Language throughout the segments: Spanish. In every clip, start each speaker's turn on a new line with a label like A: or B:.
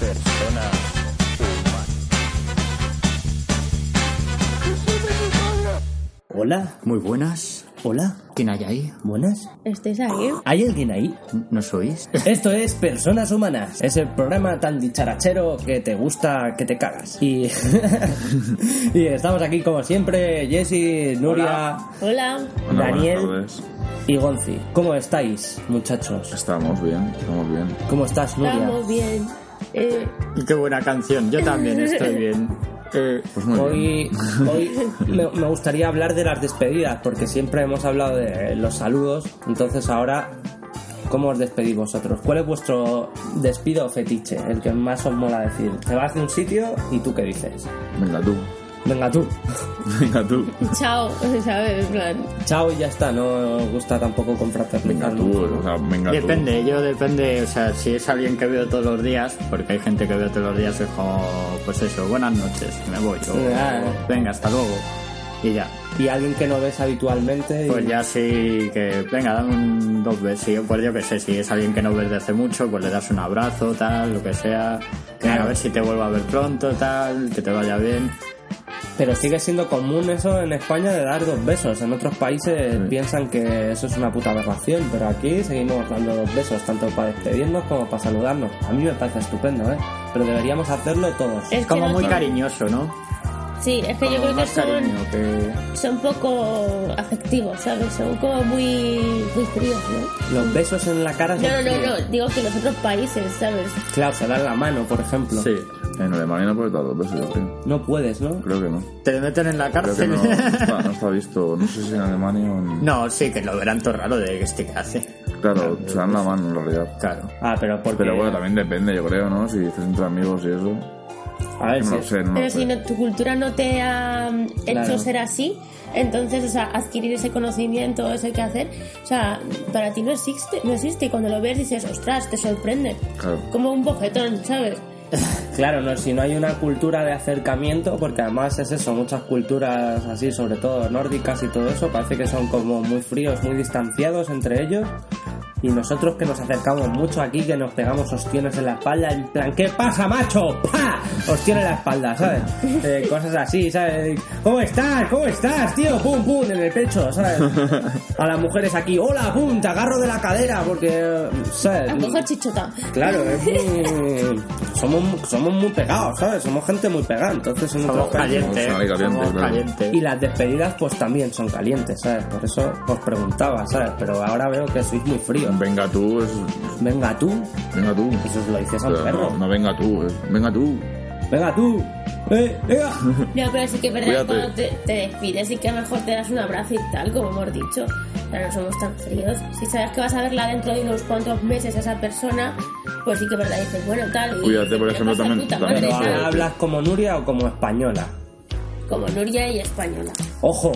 A: Persona
B: Hola,
C: Muy buenas.
B: hola,
C: ¿Quién hay ahí?
B: buenas.
D: ¿Estáis ahí?
B: ¿Hay alguien ahí?
C: ¿Nos oís?
B: Esto es Personas Humanas, es el programa tan dicharachero que te gusta que te cagas. Y, y estamos aquí como siempre, Jesse, Nuria
D: Hola.
E: Hola,
B: Daniel.
E: buenas tardes.
B: y Gonzi. ¿Cómo estáis, muchachos?
E: Estamos bien, estamos bien.
B: ¿Cómo estás, Nuria?
D: Estamos bien. Eh,
C: Qué buena canción. Yo también estoy bien. Eh,
E: Pues muy bien.
B: Hoy, hoy me, me gustaría hablar de las despedidas, porque siempre hemos hablado de eh, los saludos, entonces ahora, ¿cómo os despedís vosotros? ¿Cuál es vuestro despido fetiche? El que más os mola decir. Te vas de un sitio y tú qué dices.
E: Venga tú,
B: Venga tú,
E: venga tú.
D: chao, ¿sabes? En plan,
B: chao y ya está, no os gusta tampoco
E: Venga
B: confraternizar
E: tú,
B: mucho.
E: o sea, venga tú.
C: depende, yo depende. O sea, si es alguien que veo todos los días, porque hay gente que veo todos los días, es como, pues eso, buenas noches, me voy. o-
B: Ah.
C: venga, hasta luego. Y ya.
B: Y alguien que no ves habitualmente. y-
C: Pues ya sí que, venga, dame un dos besos, pues yo que sé, si es alguien que no ves desde hace mucho, pues le das un abrazo, tal, lo que sea, Venga, a ver si te vuelvo a ver pronto, tal, que te vaya bien.
B: Pero sigue siendo común eso en España de dar dos besos. En otros países piensan que eso es una puta aberración, pero aquí seguimos dando dos besos, tanto para despedirnos como para saludarnos. A mí me parece estupendo, ¿eh? Pero deberíamos hacerlo todos.
D: es que
C: Como
D: no-
C: muy cariñoso, ¿no?
D: Sí, es que yo creo que
C: más cariño
D: son,
C: que...
D: son poco afectivos, ¿sabes? Son como muy, muy fríos, ¿no?
B: Los besos en la cara son
D: No, no, no,
B: fríos.
D: no. Digo que los otros países, ¿sabes?
B: Claro, se dan la mano, por ejemplo.
C: Sí.
E: En Alemania no puedes dar dos besos, yo creo.
B: No puedes, ¿no?
E: Creo que no.
C: Te meten en la
E: Creo que
C: cárcel.
E: no, no está, no está visto. No sé si en Alemania o en...
C: No, sí, que lo verán todo raro de este que hace.
E: Claro, se dan la mano en realidad.
C: Claro.
B: Ah, pero porque...
E: Pero bueno, también depende, yo creo, ¿no? Si estás entre amigos y eso.
B: A ver,
E: No
B: si...
E: lo sé, no lo
D: Pero
E: sé.
D: si no- tu cultura no te ha mm, hecho
B: Claro.
D: ser así, entonces, o sea, adquirir ese conocimiento, ese que hacer, o sea, para ti no existe, no existe. Cuando lo ves dices, ostras, te sorprende.
E: Claro.
D: Como un bofetón, ¿sabes?
B: Claro, no, si no hay una cultura de acercamiento, porque además es eso, muchas culturas así, sobre todo nórdicas y todo eso, parece que son como muy fríos, muy distanciados entre ellos. Y nosotros que nos acercamos mucho aquí, que nos pegamos ostiones en la espalda, en plan, ¿qué pasa, macho? ¡Pa! Ostion en la espalda, ¿sabes? Eh, cosas así, ¿sabes? ¿Cómo estás? ¿Cómo estás, tío? ¡Pum, pum! En el pecho, ¿sabes? A las mujeres aquí, ¡hola, pum! Te agarro de la cadera, porque, ¿sabes?
D: A coger chichota.
B: Claro, es muy... somos, somos muy pegados, ¿sabes? Somos gente muy pegada, entonces en
C: Somos
B: otros países-
C: calientes.
E: Somos calientes,
C: somos
E: claro.
C: calientes.
B: Y las despedidas pues también son calientes, ¿sabes? Por eso os preguntaba, ¿sabes? Pero ahora veo que sois muy fríos.
E: Venga tú es...
B: Venga tú,
E: Venga tú.
B: eso lo dices a un
E: Pero
B: perro.
E: no, no venga tú, es... Venga tú.
B: Venga tú, eh, venga.
D: No, pero sí que es verdad que
E: Cuídate.
D: cuando te, te despides y que mejor te das un abrazo y tal, como hemos dicho. O sea, no somos tan fríos. Si sabes que vas a verla dentro de unos cuantos meses a esa persona, pues sí que es verdad dices, bueno, tal. y
E: Cuídate,
D: dices,
E: por
D: "Me
E: ejemplo,
D: pasa
E: también-
D: puta
E: también
D: madre",
B: Pero
E: lo
D: ¿sabes?
E: hago.
B: ahora hablas como Nuria o como española.
D: Como Nuria y española.
B: Ojo.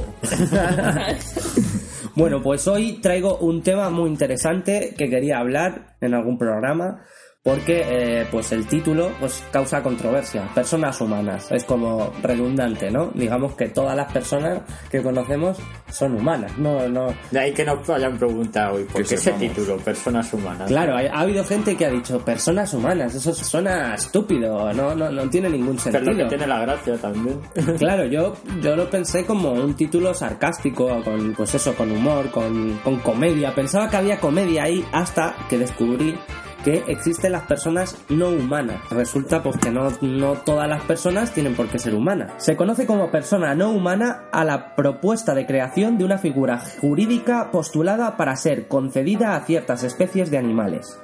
B: bueno, pues hoy traigo un tema muy interesante que quería hablar en algún programa porque eh, pues el título pues causa controversia. Personas humanas es como redundante, ¿no? Digamos que todas las personas que conocemos son humanas. No, no.
C: De ahí que nos hayan preguntado hoy, ¿por
E: Que
C: qué ese
E: sepamos.
C: título? Personas humanas.
B: Claro, ha, ha habido gente que ha dicho personas humanas. Eso suena estúpido. No, no, no tiene ningún
C: Pero
B: sentido.
C: lo que tiene la gracia también.
B: Claro, yo, yo lo pensé como un título sarcástico, con, pues eso, con humor, con, con comedia. Pensaba que había comedia ahí hasta que descubrí que existen las personas no humanas. Resulta pues que no, no todas las personas tienen por qué ser humanas. Se conoce como persona no humana a la propuesta de creación de una figura jurídica postulada para ser concedida a ciertas especies de animales.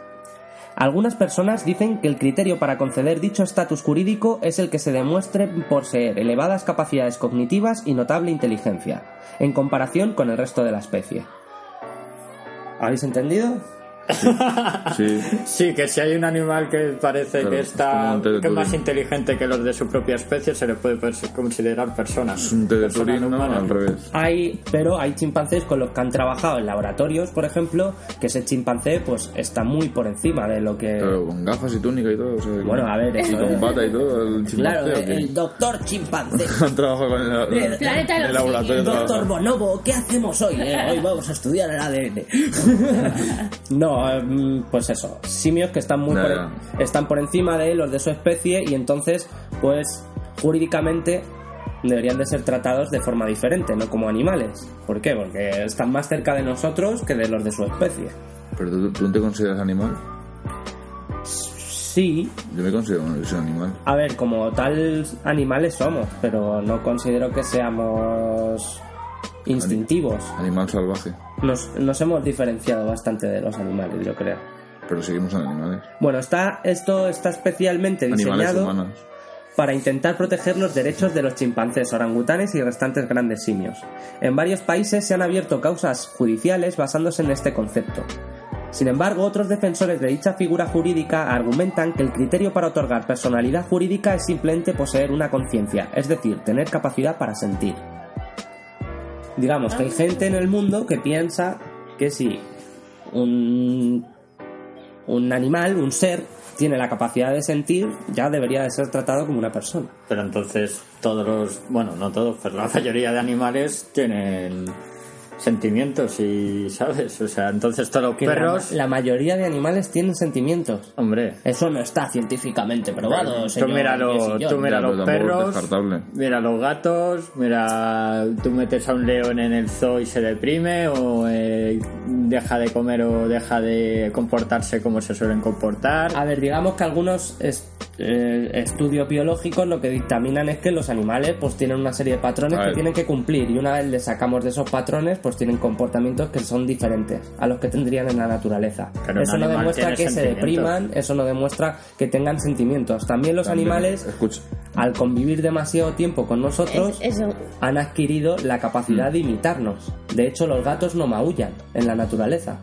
B: Algunas personas dicen que el criterio para conceder dicho estatus jurídico es el que se demuestre poseer elevadas capacidades cognitivas y notable inteligencia, en comparación con el resto de la especie. ¿Habéis entendido?
E: Sí.
C: Sí, que si hay un animal que parece
E: Claro,
C: que
E: es
C: está
E: como un tele
C: que es más
E: Turing.
C: inteligente que los de su propia especie, se le puede pers- considerar persona.
E: Es un té de
C: Persona
E: Turín, ¿no?
C: humana.
E: Al revés.
B: Hay, pero hay chimpancés con los que han trabajado en laboratorios, por ejemplo, que ese chimpancé pues está muy por encima de lo que...
E: Pero con gafas y túnica y todo. o sea,
B: Eh. Bueno, a ver,
E: Y
B: eso
E: con
B: es-
E: bata y todo. El
B: Claro,
E: chimpancé, ¿o
B: el,
E: qué?
B: doctor chimpancé.
E: Han trabajado con el,
B: El
D: planeta de
E: en
D: los
E: el laboratorio.
D: simios.
E: trabajan.
B: Doctor Bonobo, ¿qué hacemos hoy? eh? Hoy vamos a estudiar el ADN. no, em, pues eso. Simios que están muy
E: Ya,
B: por,
E: ya.
B: están por encima de los de su especie y entonces, pues jurídicamente deberían de ser tratados de forma diferente, no como animales. ¿Por qué? Porque están más cerca de nosotros que de los de su especie.
E: Pero tú, tú no te consideras animal.
B: Sí,
E: Yo me considero un soy un animal.
B: a ver, como tal animales somos, pero no considero que seamos instintivos.
E: Animal salvaje.
B: Nos, nos hemos diferenciado bastante de los animales, yo creo.
E: Pero seguimos siendo animales.
B: Bueno, está, esto está especialmente
E: Animales
B: diseñado
E: humanos.
B: para intentar proteger los derechos de los chimpancés, orangutanes y restantes grandes simios. En varios países se han abierto causas judiciales basándose en este concepto. Sin embargo, otros defensores de dicha figura jurídica argumentan que el criterio para otorgar personalidad jurídica es simplemente poseer una conciencia, es decir, tener capacidad para sentir. Digamos que hay gente en el mundo que piensa que si un, un animal, un ser, tiene la capacidad de sentir, ya debería de ser tratado como una persona.
C: Pero entonces todos los, bueno, no todos, pero la mayoría de animales tienen sentimientos y, ¿sabes? O sea, entonces todos los
B: Que la ma-
C: perros,
B: la mayoría de animales tienen sentimientos.
C: hombre,
B: Eso no está científicamente probado,
C: tú
B: señor
C: mira, lo-
B: Diez y
C: tú
B: yo.
C: mira
E: Ya,
C: los
E: pero tampoco es
C: perros,
E: descartable.
C: mira los gatos, mira, tú metes a un león en el zoo y se deprime o eh, deja de comer o deja de comportarse como se suelen comportar.
B: A ver, digamos que algunos es- eh, estudios biológicos lo que dictaminan es que los animales pues tienen una serie de patrones
E: A
B: que
E: ver.
B: tienen que cumplir y una vez les sacamos de esos patrones pues tienen comportamientos que son diferentes a los que tendrían en la naturaleza.
C: Pero un
B: eso no
C: animal
B: demuestra
C: tiene
B: que se
C: sentimientos.
B: depriman, eso no demuestra que tengan sentimientos. También los
E: También.
B: animales
E: Escucha.
B: al convivir demasiado tiempo con nosotros
D: Es- eso.
B: han adquirido la capacidad de imitarnos. De hecho, los gatos no maullan en la naturaleza.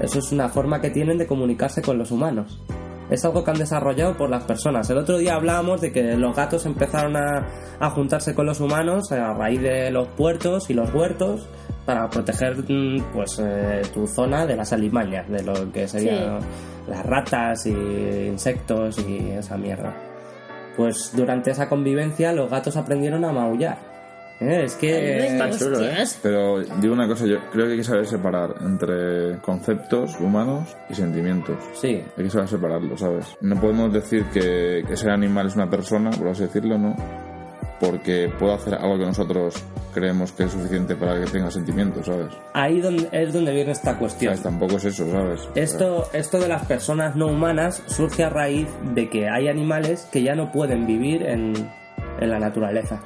B: Eso es una forma que tienen de comunicarse con los humanos. Es algo que han desarrollado por las personas. El otro día hablábamos de que los gatos empezaron a, a juntarse con los humanos a raíz de los puertos y los huertos para proteger mm, pues eh, tu zona de las alimañas, de lo que serían
D: Sí.
B: las ratas y insectos y esa mierda. Pues durante esa convivencia los gatos aprendieron a maullar. Eh, Es que...
C: está chulo, ¿eh?
D: Hostias.
E: Pero digo una cosa, yo creo que hay que saber separar entre conceptos humanos y sentimientos.
B: Sí.
E: Hay que saber separarlo, ¿sabes? No podemos decir que, que ese animal es una persona, por así decirlo, ¿no? Porque puede hacer algo que nosotros creemos que es suficiente para que tenga sentimientos, ¿sabes?
B: Ahí donde, es donde viene esta cuestión.
E: ¿Sabes? Tampoco es eso, ¿sabes?
B: Esto, esto de las personas no humanas surge a raíz de que hay animales que ya no pueden vivir en, en la naturaleza.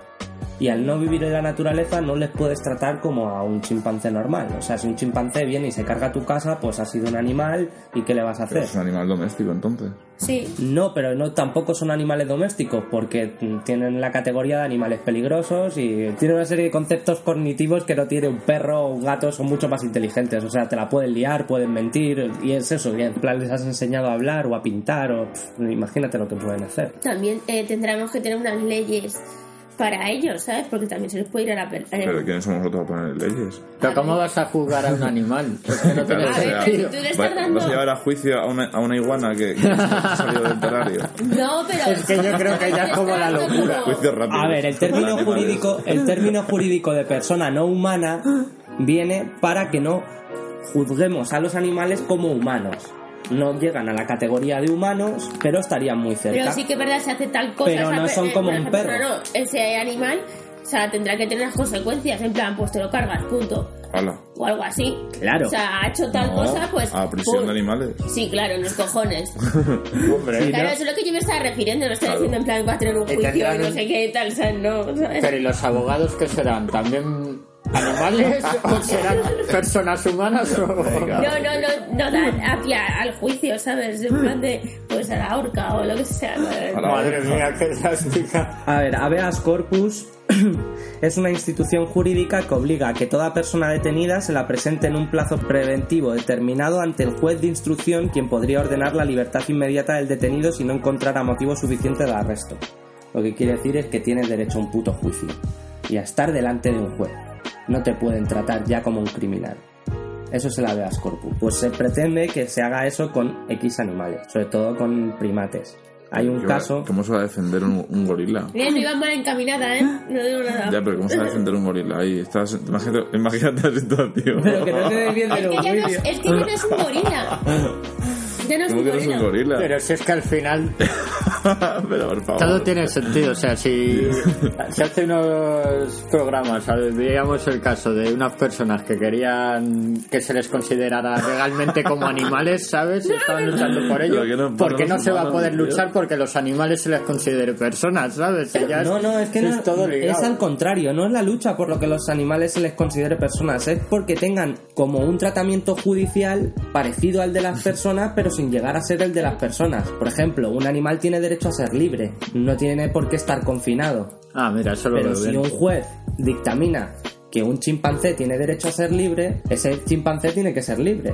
B: Y al no vivir en la naturaleza no les puedes tratar como a un chimpancé normal. O sea, si un chimpancé viene y se carga a tu casa, pues ha sido un animal y ¿qué le vas a
E: Pero
B: hacer?
E: es un animal doméstico, entonces.
D: Sí.
B: No, pero no tampoco son animales domésticos porque tienen la categoría de animales peligrosos y tienen una serie de conceptos cognitivos que no tiene un perro o un gato, son mucho más inteligentes, o sea, te la pueden liar, pueden mentir y es eso, y en plan les has enseñado a hablar o a pintar o pff, imagínate lo que pueden hacer.
D: También eh, tendremos que tener unas leyes para ellos, ¿sabes? Porque también se les puede ir a la... per- a la-
E: Pero ¿quiénes somos nosotros para poner leyes?
C: Pero ¿cómo vas a jugar a un animal? Es que no tiene
D: Claro, o sea,
C: sentido.
D: tú le estás
E: va-
D: dando-
E: ¿Vas a llevar a juicio a una, a una iguana que, que ha salido del terrario?
D: No, pero...
C: Es que yo creo que ya es como la locura.
E: Juicio rápido.
B: A ver, el término
E: Animales.
B: jurídico, el término jurídico de persona no humana viene para que no juzguemos a los animales como humanos. No llegan a la categoría de humanos, pero estarían muy cerca.
D: Pero sí que es verdad, se hace tal cosa.
B: Pero
D: esa
B: no
D: per-
B: son
D: eh,
B: como
D: esa
B: un
D: persona
B: perro.
D: No, ese animal, o sea, tendrá que tener las consecuencias. En plan, pues te lo cargas, punto.
E: Hala.
D: O algo así.
B: Claro.
D: O sea, ha hecho tal
E: No,
D: cosa, pues.
E: A prisión
D: pum.
E: de animales.
D: Sí, claro, en los cojones.
C: Hombre,
D: Claro,
C: ¿no?
D: eso es lo que yo me estaba refiriendo. No estoy
E: Claro.
D: diciendo en plan, va a tener un
C: Que
D: juicio y
C: tendrán
D: no
C: un-
D: sé qué y tal, o sea, no. ¿sabes?
C: Pero ¿y los abogados qué serán? ¿También animales o serán personas humanas? O...
D: No, no, no, no dan hacia al juicio, ¿sabes? En plan de, pues a la horca o lo que sea. ¿no?
E: A la-
C: Madre mía, qué drástica.
B: A ver, habeas corpus es una institución jurídica que obliga a que toda persona detenida se la presente en un plazo preventivo determinado ante el juez de instrucción quien podría ordenar la libertad inmediata del detenido si no encontrara motivo suficiente de arresto. Lo que quiere decir es que tienes derecho a un puto juicio y a estar delante de un juez. No te pueden tratar ya como un criminal. Eso es el habeas corpus. Pues se pretende que se haga eso con X animales, sobre todo con primates. Hay un
E: Yo-
B: caso...
E: ¿Cómo se va a defender un, un gorila?
D: Bien, no iba mal encaminada, ¿eh? No digo nada.
E: Ya, pero ¿cómo se va a defender un gorila? Ahí estás, imagínate, imagínate la situación.
B: Pero que no te desvíes
D: Es
B: de
D: que,
B: los
D: ya no es,
B: vídeos.
D: es que ya no es un gorila. Ya no es
E: ¿Cómo
D: un
E: que no es
D: gorila.
E: un gorila?
C: Pero si es que al final
E: Pero, por favor.
C: todo tiene sentido. O sea, si se hace unos programas, ¿sabes? digamos el caso de unas personas que querían que se les considerara legalmente como animales, ¿sabes? Y Estaban luchando por ello.
E: Pero que no
C: porque no
E: podemos
C: se va a
E: humanos,
C: poder
E: tío.
C: luchar porque los animales se les considere personas, ¿sabes? Y ya
B: No, no, es que no, es,
C: todo ligado.
B: al contrario, no es la lucha por lo que los animales se les considere personas, es porque tengan como un tratamiento judicial parecido al de las personas, pero sin llegar a ser el de las personas. Por ejemplo, un animal tiene derecho a ser libre, no tiene por qué estar confinado.
C: Ah, mira, eso lo
B: Pero
C: veo
B: si
C: bien.
B: un juez dictamina que un chimpancé tiene derecho a ser libre, ese chimpancé tiene que ser libre.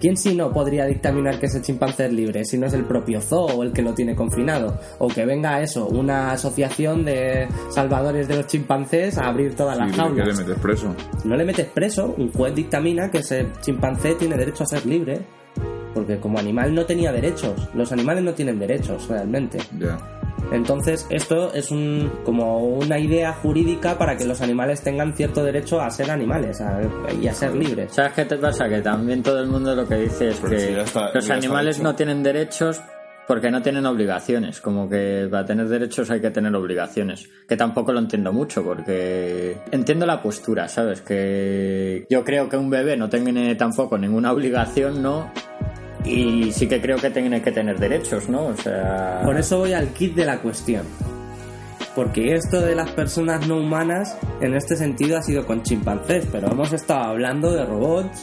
B: ¿Quién si no podría dictaminar que ese chimpancé es libre? Si no es el propio zoo o el que lo tiene confinado. O que venga eso, una asociación de salvadores de los chimpancés a abrir todas las
E: Sí, que le
B: jaulas.
E: metes preso.
B: No le metes preso, un juez dictamina que ese chimpancé tiene derecho a ser libre. Porque como animal no tenía derechos. Los animales no tienen derechos realmente.
E: Ya.
B: Entonces, esto es un, como una idea jurídica para que los animales tengan cierto derecho a ser animales a- y a ser libres.
C: ¿Sabes qué te pasa? Que también todo el mundo lo que dice es
E: Pero
C: que
E: si ya está-
C: los
E: ya está
C: animales
E: hecho.
C: no tienen derechos porque no tienen obligaciones. Como que para tener derechos hay que tener obligaciones. Que tampoco lo entiendo mucho porque entiendo la postura, ¿sabes? Que yo creo que un bebé no tiene tampoco ninguna obligación, ¿no? Y sí que creo que tiene que tener derechos, ¿no? O sea...
B: Por eso voy al kit de la cuestión. Porque esto de las personas no humanas, en este sentido, ha sido con chimpancés, pero hemos estado hablando de robots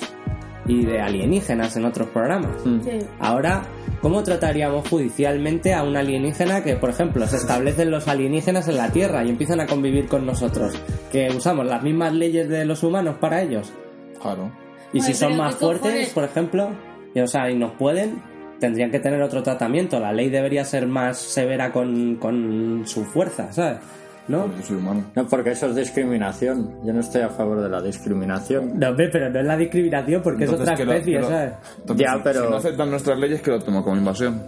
B: y de alienígenas en otros programas.
C: Mm.
D: Sí.
B: Ahora, ¿cómo trataríamos judicialmente a un alienígena que, por ejemplo, se establecen los alienígenas en la Tierra y empiezan a convivir con nosotros? Que usamos las mismas leyes de los humanos para ellos.
E: Claro.
B: Y
D: Ay,
B: si son
D: pero
B: más
D: ¿qué
B: fuertes,
D: cojones?
B: por ejemplo, y, o sea, y nos pueden, tendrían que tener otro tratamiento. La ley debería ser más severa con, con su fuerza, ¿sabes? ¿No?
E: Porque yo soy humano.
C: No, porque eso es discriminación. Yo no estoy a favor de la discriminación.
B: No, hombre, pero no es la discriminación porque
E: Entonces,
B: es
E: que
B: otra
E: lo-
B: especie,
E: que lo-
B: ¿sabes?
E: Entonces,
C: Ya,
E: si-
C: pero-
E: Si no aceptan nuestras leyes, que lo tomo como invasión.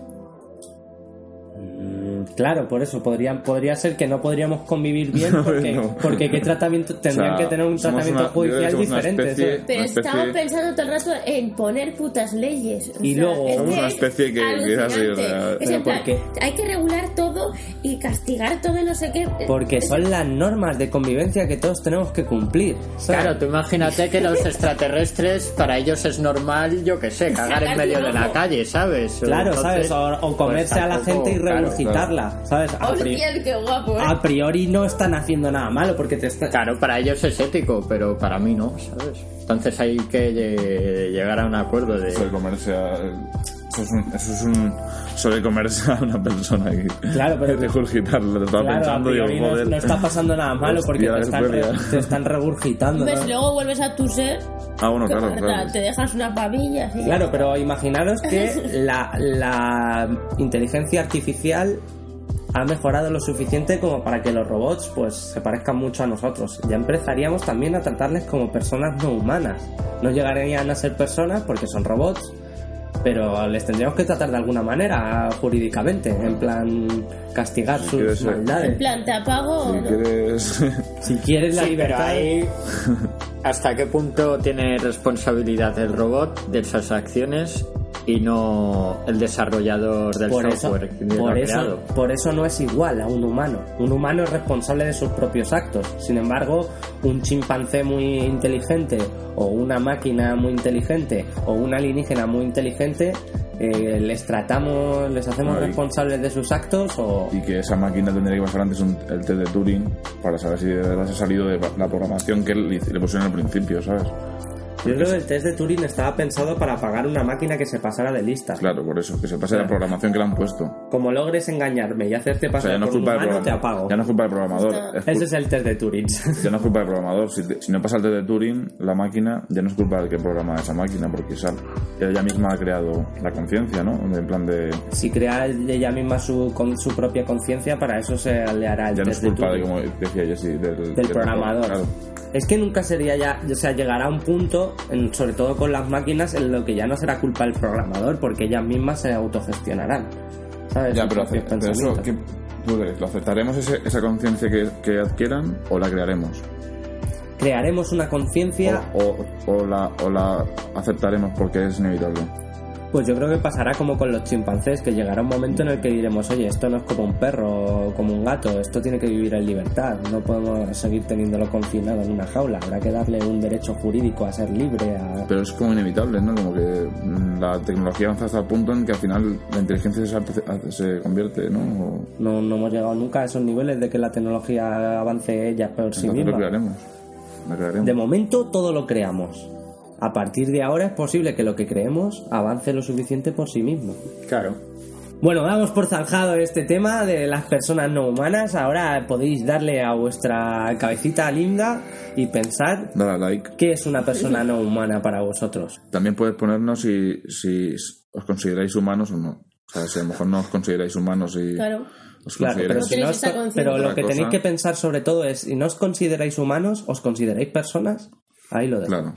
B: Mm, Claro, por eso podrían, podría ser que no podríamos convivir bien porque,
E: No.
B: porque qué tratamiento tendrían
E: O sea,
B: que tener un
E: somos
B: tratamiento
E: una- yo creo que
B: judicial
E: somos una
B: diferente.
E: especie-
B: ¿sabes?
D: Pero
E: Una especie-
D: estamos pensando todo el rato en poner putas leyes. O
B: Y
D: sea,
B: luego-
D: es
B: Somos
D: que
E: una
D: es
E: especie que- que
D: alucinante.
E: ya se-
D: Es
B: Pero
D: en plan,
B: ¿por qué?
D: hay que regular todo y castigar todo y no sé qué.
B: Porque son las normas de convivencia que todos tenemos que cumplir. ¿sabes?
C: Claro, tú imagínate que los extraterrestres, para ellos es normal, yo que sé, cagar en
D: Sacarse
C: medio
D: un
C: de
D: ojo.
C: la calle, ¿sabes? O
B: Claro,
C: entonces,
B: ¿sabes? O, o
C: pues
B: comerse a la
C: tampoco,
B: gente y
C: claro,
B: regurgitarla, ¿sabes? A, pri-
D: Hostia, Oh, qué guapo, ¿eh?
B: a priori no están haciendo nada malo porque te está...
C: Claro, para ellos es ético, pero para mí no, ¿sabes? Entonces hay que lle- llegar a un acuerdo de...
E: Eso de comerse a... Eso es un... Eso es un sobre comerse a una persona que...
B: Claro, pero-
E: Que te jurgitarla, lo estaba
B: Claro, a
E: pensando, digo,
B: priori no,
E: joder.
B: no está pasando nada malo porque
E: Hostia,
B: te
E: la
B: están, re-
E: crueldad.
B: te están regurgitando.
D: Ves,
B: ¿no?
D: Pues luego vuelves a tu ser.
E: Ah, bueno,
D: que
E: claro,
D: verdad,
E: claro.
D: Te dejas unas babillas y ya.
B: Claro, pero imaginaros que la, la inteligencia artificial ha mejorado lo suficiente como para que los robots pues se parezcan mucho a nosotros. Ya empezaríamos también a tratarles como personas no humanas. No llegarían a ser personas porque son robots, pero les tendríamos que tratar de alguna manera jurídicamente, en plan castigar
E: quiere
B: sus
E: ser.
D: En
B: maldades.
D: plan, te apago.
E: Si
D: ¿no?
E: quieres...
B: Si quieres la
C: Sí, pero
B: libertad,
C: ahí... ¿Hasta qué punto tiene responsabilidad el robot de esas acciones y no el desarrollador del
B: por eso,
C: software que lo
B: por,
C: ha
B: eso,
C: creado?
B: por eso no es igual a un humano. Un humano es responsable de sus propios actos. Sin embargo, un chimpancé muy inteligente o una máquina muy inteligente o un alienígena muy inteligente eh, les tratamos, les hacemos
E: Ay.
B: responsables de sus actos o...
E: y que esa máquina tendría que pasar antes un- el test de Turing para saber si de verdad se ha salido de la programación que le, hice- le pusieron al principio, ¿sabes?
B: Yo creo que el test de Turing estaba pensado para apagar una máquina que se pasara de lista.
E: Claro, por eso, que se pase la programación que le han puesto.
B: Como logres engañarme y hacerte
E: O sea,
B: pasar
E: ya no es
B: por un
E: culpa del
B: humano, te
E: programador.
B: apago.
E: Ya no es culpa del programador.
D: Está-
E: es cul-
B: Ese es el test de Turing.
E: Ya no es culpa del programador. Si, te- si no pasa el test de Turing, la máquina ya no es culpa del que programa esa máquina, porque esa- ella misma ha creado la conciencia, ¿no? En plan de.
B: si crea ella misma su, con su propia conciencia, para eso se le hará el
E: Ya no es
B: test
E: culpa,
B: de
E: de,
B: Turing.
E: como decía Jessy, del,
B: del
E: del
B: programador.
E: Claro.
B: Es que nunca sería ya, o sea, llegará un punto, en- sobre todo con las máquinas, en lo que ya no será culpa del programador, porque ellas mismas se autogestionarán. ¿Sabes?
E: Ya,
B: Sus
E: pero,
B: propios
E: ace- pero eso,
B: pensamientos.
E: ¿qué- tú crees? ¿Lo aceptaremos ese- esa conciencia que, que adquieran o la crearemos?
B: Crearemos una conciencia,
E: O, o- o la, o la aceptaremos porque es inevitable.
B: pues yo creo que pasará como con los chimpancés, que llegará un momento en el que diremos, oye, esto no es como un perro o como un gato, esto tiene que vivir en libertad, no podemos seguir teniéndolo confinado en una jaula, habrá que darle un derecho jurídico a ser libre, a...
E: Pero es como inevitable, ¿no? Como que mm, la tecnología avanza hasta el punto en que al final la inteligencia se, hace- se convierte, ¿no? O-
B: No, no hemos llegado nunca a esos niveles de que la tecnología avance ella por sí
E: entonces lo
B: misma.
E: crearemos. La crearemos.
B: De momento todo lo creamos. A partir de ahora es posible que lo que creemos avance lo suficiente por sí mismo.
C: Claro.
B: Bueno, damos por zanjado este tema de las personas no humanas. Ahora podéis darle a vuestra cabecita linda y pensar
E: Dale a like.
B: qué es una persona no humana para vosotros.
E: También puedes ponernos si, si os consideráis humanos o no. O sea, si a lo mejor no os consideráis humanos y
D: Claro.
E: os
B: Claro, pero,
E: consideráis...
B: si no
D: Tenéis
B: os-
D: esa conciencia.
B: pero lo
E: Otra
B: que
E: cosa.
B: tenéis que pensar sobre todo es, si no os consideráis humanos, ¿os consideráis personas? Ahí lo dejo.
E: Claro.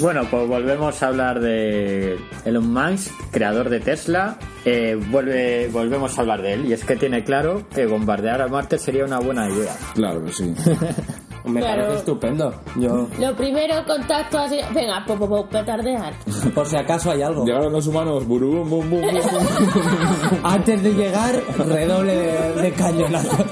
C: Bueno, pues volvemos a hablar de Elon Musk, creador de Tesla. Eh, vuelve, volvemos a hablar de él. Y es que tiene claro que bombardear a Marte sería una buena idea.
E: Claro que sí.
B: Me
D: Claro.
B: parece estupendo. Yo,
D: Lo primero, contacto así. Venga, po, po, po, petardear.
B: por si acaso hay algo.
E: Llegaron los humanos. burum, bum, bum, bum, bum.
B: Antes de llegar, redoble de, de cañonazo.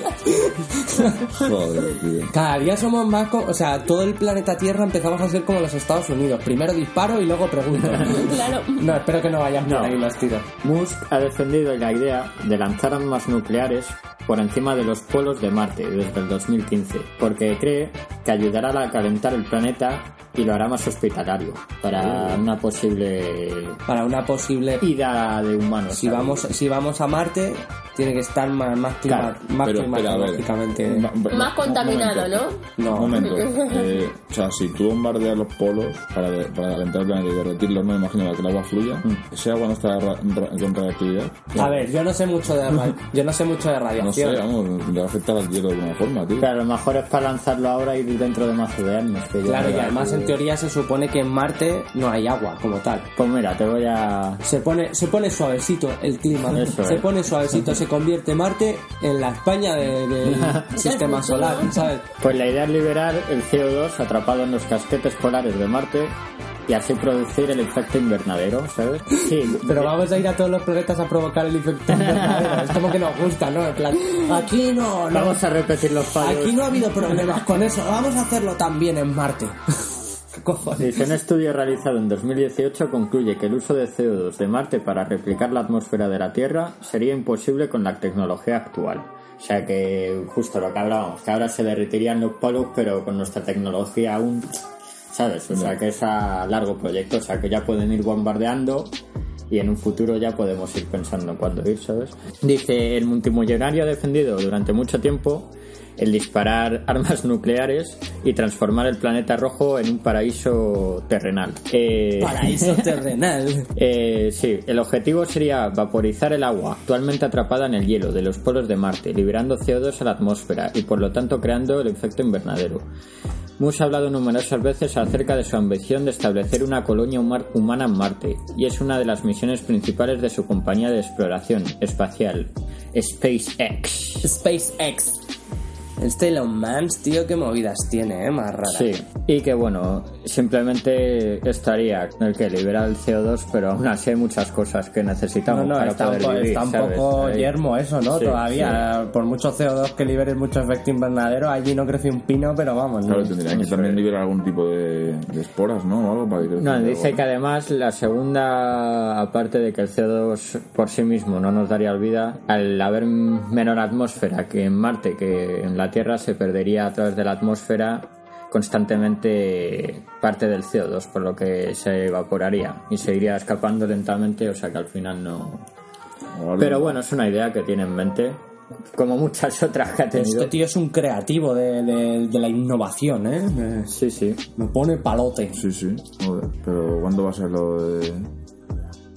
E: Joder, tío.
B: Cada día somos más... co- o sea, todo el planeta Tierra empezamos a ser como los Estados Unidos. Primero disparo y luego pregunto.
D: Claro.
B: No, espero que no vayan por
C: No.
B: ahí los tiros.
C: Musk ha defendido la idea de lanzar armas nucleares por encima de los polos de Marte desde el 2015, porque cree que ayudará a calentar el planeta y lo hará más hospitalario para una posible
B: Para una posible...
C: ida de humanos.
B: Si vamos, si vamos a Marte, tiene que estar más, más, clima,
C: Claro,
B: más
E: Pero espera, a ver.
B: climatológicamente-
E: Ma- ma-
D: Más
E: un
D: contaminado,
E: momento.
D: ¿no?
B: No.
E: Un momento. Eh, o sea, si tú bombardeas los polos para, de- para calentar el planeta y derretirlos, no me imagino para que el agua fluya, ese agua no está ra- ra- con radioactividad.
B: A ver, yo no sé mucho de, ra- yo no sé mucho de
E: No sé,
B: radiación.
E: vamos, le va a afectar al hielo de alguna forma, tío.
C: Claro, a lo mejor es para lanzarlo ahora y ir dentro de más de años. que ya
B: Claro, y
C: verás
B: además
C: tú.
B: en teoría se supone que en Marte no hay agua como tal.
C: Pues mira, te voy a...
B: Se pone, se pone suavecito el clima.
C: Eso
B: se
C: es.
B: pone suavecito, se convierte Marte en la España de- del sistema solar, ¿sabes?
C: Pues la idea es liberar el CO2 atrapado en los casquetes polares de Marte y así producir el efecto invernadero, ¿sabes? Sí,
B: Pero vamos a ir a todos los planetas a provocar el efecto invernadero. Es como que nos gusta, ¿no? En plan, aquí no, no,
C: vamos a repetir los fallos.
B: aquí no ha habido problemas con eso. Vamos a hacerlo también en Marte. ¿Qué cojones?
C: Dice, un estudio realizado en 2018 concluye que el uso de CO2 de Marte para replicar la atmósfera de la Tierra sería imposible con la tecnología actual. O sea que justo lo que hablábamos, que ahora se derretirían los polos, pero con nuestra tecnología aún, ¿sabes? O sea que es a largo proyecto, o sea que ya pueden ir bombardeando y en un futuro ya podemos ir pensando en cuándo ir, ¿sabes? Dice, el multimillonario ha defendido durante mucho tiempo el disparar armas nucleares y transformar el planeta rojo en un paraíso terrenal. Eh,
B: Paraíso terrenal.
C: eh, sí, el objetivo sería vaporizar el agua actualmente atrapada en el hielo de los polos de Marte, liberando CO2 a la atmósfera y por lo tanto creando el efecto invernadero. Musk ha hablado numerosas veces acerca de su ambición de establecer una colonia humar- humana en Marte y es una de las misiones principales de su compañía de exploración espacial, SpaceX.
B: SpaceX. Este Elon Musk, tío, qué movidas tiene, ¿eh? Más rara.
C: Sí, y que bueno, simplemente estaría el que libera el CO2, pero aún así hay muchas cosas que necesitamos
B: No, no,
C: para
B: está un,
C: poder
B: po-
C: vivir.
B: está un
C: ¿sabes?
B: poco
C: Ahí.
B: yermo eso, ¿no?
C: Sí,
B: Todavía, por mucho CO2 que liberes, mucho efecto invernadero, allí no crece un pino, pero vamos. ¿no?
E: Claro, tendrían que también liberar algún tipo de, de esporas, ¿no? O algo para que crezca
C: No,
E: el
C: dice
E: agua.
C: que además la segunda, aparte de que el CO2 por sí mismo no nos daría vida, al haber menor atmósfera que en Marte, que en la la Tierra se perdería a través de la atmósfera constantemente parte del CO2, por lo que se evaporaría y se iría escapando lentamente, o sea que al final no...
E: Vale.
C: Pero bueno, es una idea que tiene en mente, como muchas otras que ha
B: Este
C: tenido.
B: tío es un creativo de, de- de la innovación, ¿eh? Me-
C: Sí, sí.
B: Me pone palote.
E: Sí, sí. Joder. Pero ¿cuándo va a ser lo de